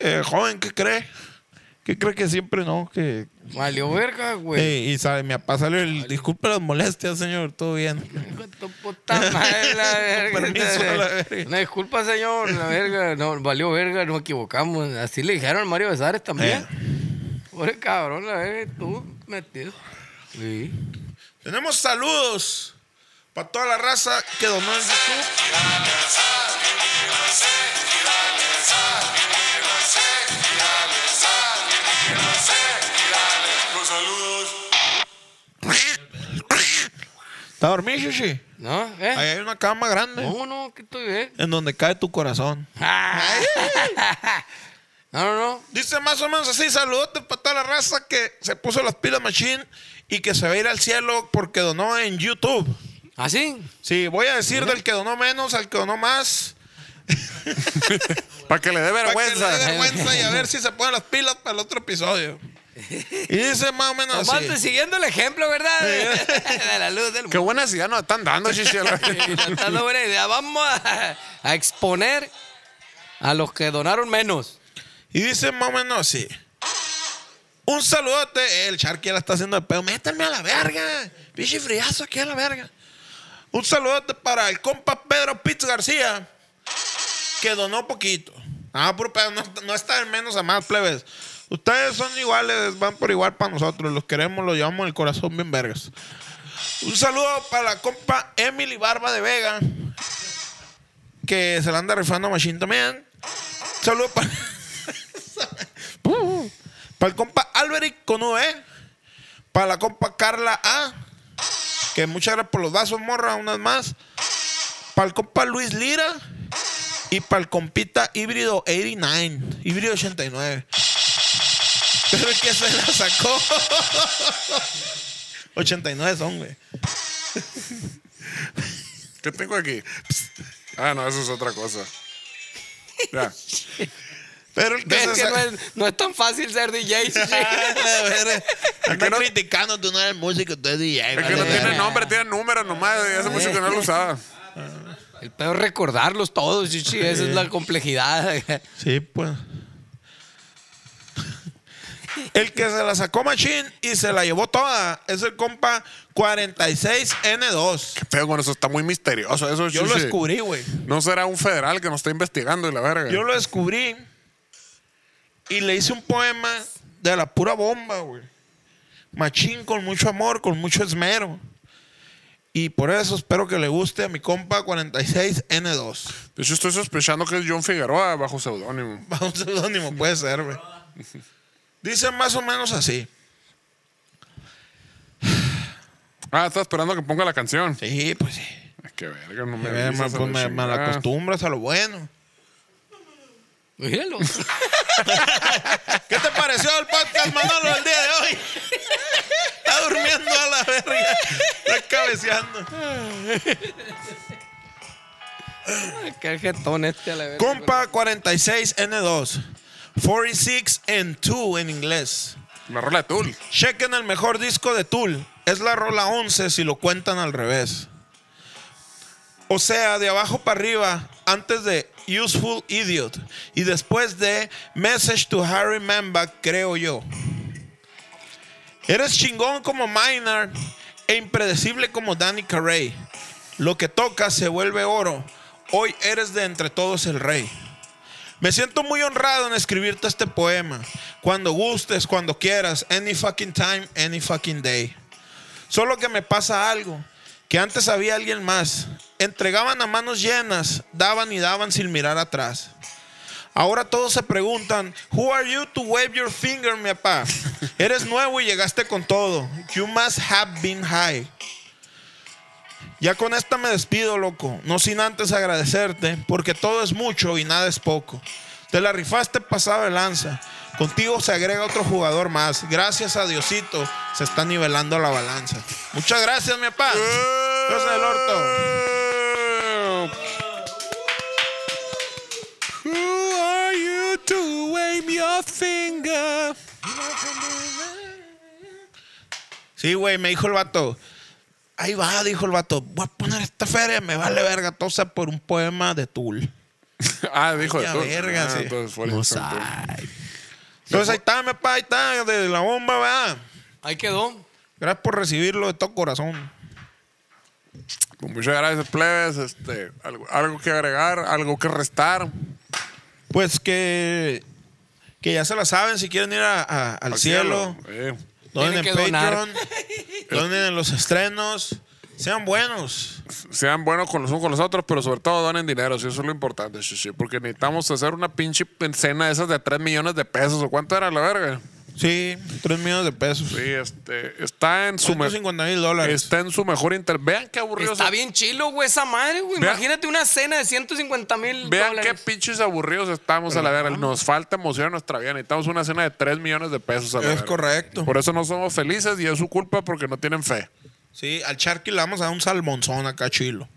eh, joven, ¿qué cree? ¿Qué cree que siempre no? Que Valió verga, güey. Eh, y sabe, mi papá salió el disculpe las molestias, señor, todo bien. Hijo de tu puta madre, la verga. Con permiso, a la verga. Una disculpa, señor. La verga. No, valió verga, nos equivocamos. Así le dijeron a Mario Besares también. Eh. Pobre cabrón, la verga. Tú metido. Sí. Tenemos saludos para toda la raza que donó en YouTube. ¿Está dormido, Shishi? ¿No? ¿Eh? Ahí hay una cama grande No, no, que estoy eh? bien. en donde cae tu corazón. No, no, no. Dice más o menos así, saludotes para toda la raza que se puso las pilas machine y que se va a ir al cielo porque donó en YouTube. ¿Así? Sí, voy a decir del que donó menos al que donó más. Para que le dé Para que le vergüenza. dé vergüenza y a ver si se ponen las pilas para el otro episodio. Y dice más o menos Nomás así. te- siguiendo el ejemplo, ¿verdad? De, de la luz Qué del mundo. buena ciudad nos están dando, chichi. a la verga. Está la buena idea. Vamos a, a exponer a los que donaron menos. Y dice más o menos así. Un saludote. El Sharky ya la está haciendo de pedo. Métanme a la verga. Pinche friazo aquí a la verga. Un saludote para el compa Pedro Pitts García. Que donó poquito. Ah, puro pedo. No, no está de menos a más plebes. Ustedes son iguales, van por igual para nosotros. Los queremos, los llevamos en el corazón bien vergas. Un saludo para la compa Emily Barba de Vega, que se la anda rifando a Machine también. Un saludo para... para el compa Alberic con V. Para la compa Carla A. Que muchas gracias por los vasos, morra, unas más. Para el compa Luis Lira. Y para el compita híbrido 89. Híbrido 89. Pero el que se la sacó. 89 son, güey. ¿Qué tengo aquí? Ah, no, eso es otra cosa. Ya. Pero el que Es que se no sacó. es, no es tan fácil ser DJ. sí. Están criticando, tú no eres músico, tú eres DJ. Es que vale, no verga. tiene nombre, tiene número nomás. Hace mucho que no lo usaba. El peor es recordarlos todos, chichi. Esa es la complejidad. Sí, pues. El que se la sacó Machine y se la llevó toda es el compa 46N2. Qué pedo con eso, está muy misterioso. Eso, Yo lo chichi. descubrí, güey. No será un federal que nos está investigando y la verga. Yo lo descubrí y le hice un poema de la pura bomba, güey. Machín con mucho amor, con mucho esmero. Y por eso espero que le guste a mi compa 46N2. De hecho, estoy sospechando que es John Figueroa bajo seudónimo. Bajo un seudónimo puede ser, güey. Dice más o menos así. Ah, estaba esperando que ponga la canción. Sí, pues sí. Ay, Qué verga, no me. Me, me, avisas a pues, la me- me la chingada. acostumbras a lo bueno. Míralo. ¿Qué te pareció el podcast, Manolo, el día de hoy? Está durmiendo a la verga. Está cabeceando. Qué jetón este a la verga. Compa 46N2. 46N2 en inglés. La rola de Tool. Chequen el mejor disco de Tool. Es la rola 11 si lo cuentan al revés. O sea, de abajo para arriba, antes de Useful Idiot y después de Message to Harry Manback, creo yo. Eres chingón como Maynard e impredecible como Danny Carey. Lo que tocas se vuelve oro. Hoy eres de entre todos el rey. Me siento muy honrado en escribirte este poema. Cuando gustes, cuando quieras, any fucking time, any fucking day. Solo que me pasa algo, que antes había alguien más. Entregaban a manos llenas, daban y daban sin mirar atrás. Ahora todos se preguntan, who are you to wave your finger, mi papá? Eres nuevo y llegaste con todo. You must have been high. Ya con esta me despido, loco. No sin antes agradecerte, porque todo es mucho y nada es poco. Te la rifaste pasado de lanza. Contigo se agrega otro jugador más. Gracias a Diosito se está nivelando la balanza. Muchas gracias, mi papá. Dios del orto. Who are you to wave your finger? Sí, güey, me dijo el vato. Ahí va, dijo el vato. Voy a poner esta feria, me vale verga tosa por un poema de Tool. Ah, dijo de Ya Tool. verga, Ah, sí. entonces fue el Tool. Entonces ahí está, mi papá, ahí está, de la bomba, ¿verdad? Ahí quedó. Gracias por recibirlo de todo corazón. Pues muchas gracias, plebes. Este, algo, algo que agregar, algo que restar. Pues que, que ya se la saben, si quieren ir a- a- al, Al cielo, Eh. donen Tienen en que donar. Patreon, donen en los estrenos, sean buenos. Sean buenos con los unos con los otros, pero sobre todo donen dinero, si eso es lo importante, sí, sí, porque necesitamos hacer una pinche cena de esas de 3 millones de pesos o cuánto era la verga. Sí, 3 millones de pesos. Sí, este, está en su me- 150 mil dólares. está en su mejor inter. Vean qué aburridos. Está bien chilo, güey, esa madre, güey. Vea- Imagínate una cena de 150 mil Vean dólares. qué pinches aburridos estamos a la verga. Nos falta emoción en nuestra vida. Necesitamos una cena de 3 millones de pesos a la Es verga. correcto. Por eso no somos felices y es su culpa porque no tienen fe. Sí, al Charqui le vamos a dar un salmonzón acá, chilo.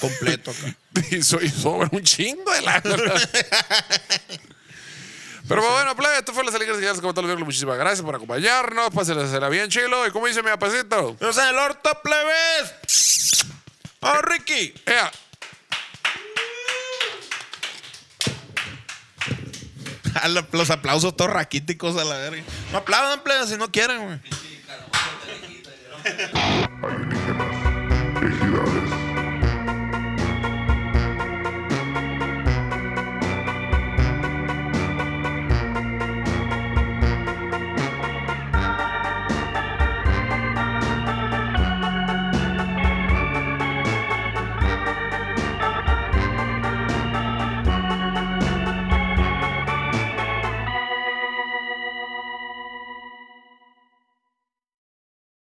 Completo acá. Y, so- y sobra un chingo de la Pero pues, bueno, plebe, esto fue las alegrías y gracias como todos los viernes. Muchísimas gracias por acompañarnos. Pásenla será bien chilo. Y como dice mi apacito, ¡Nos en el orto, plebes! ¡Oh, Ricky! ¡ea! A la- Los aplausos todos raquíticos a la verga. No aplaudan, plebes, si no quieren, güey.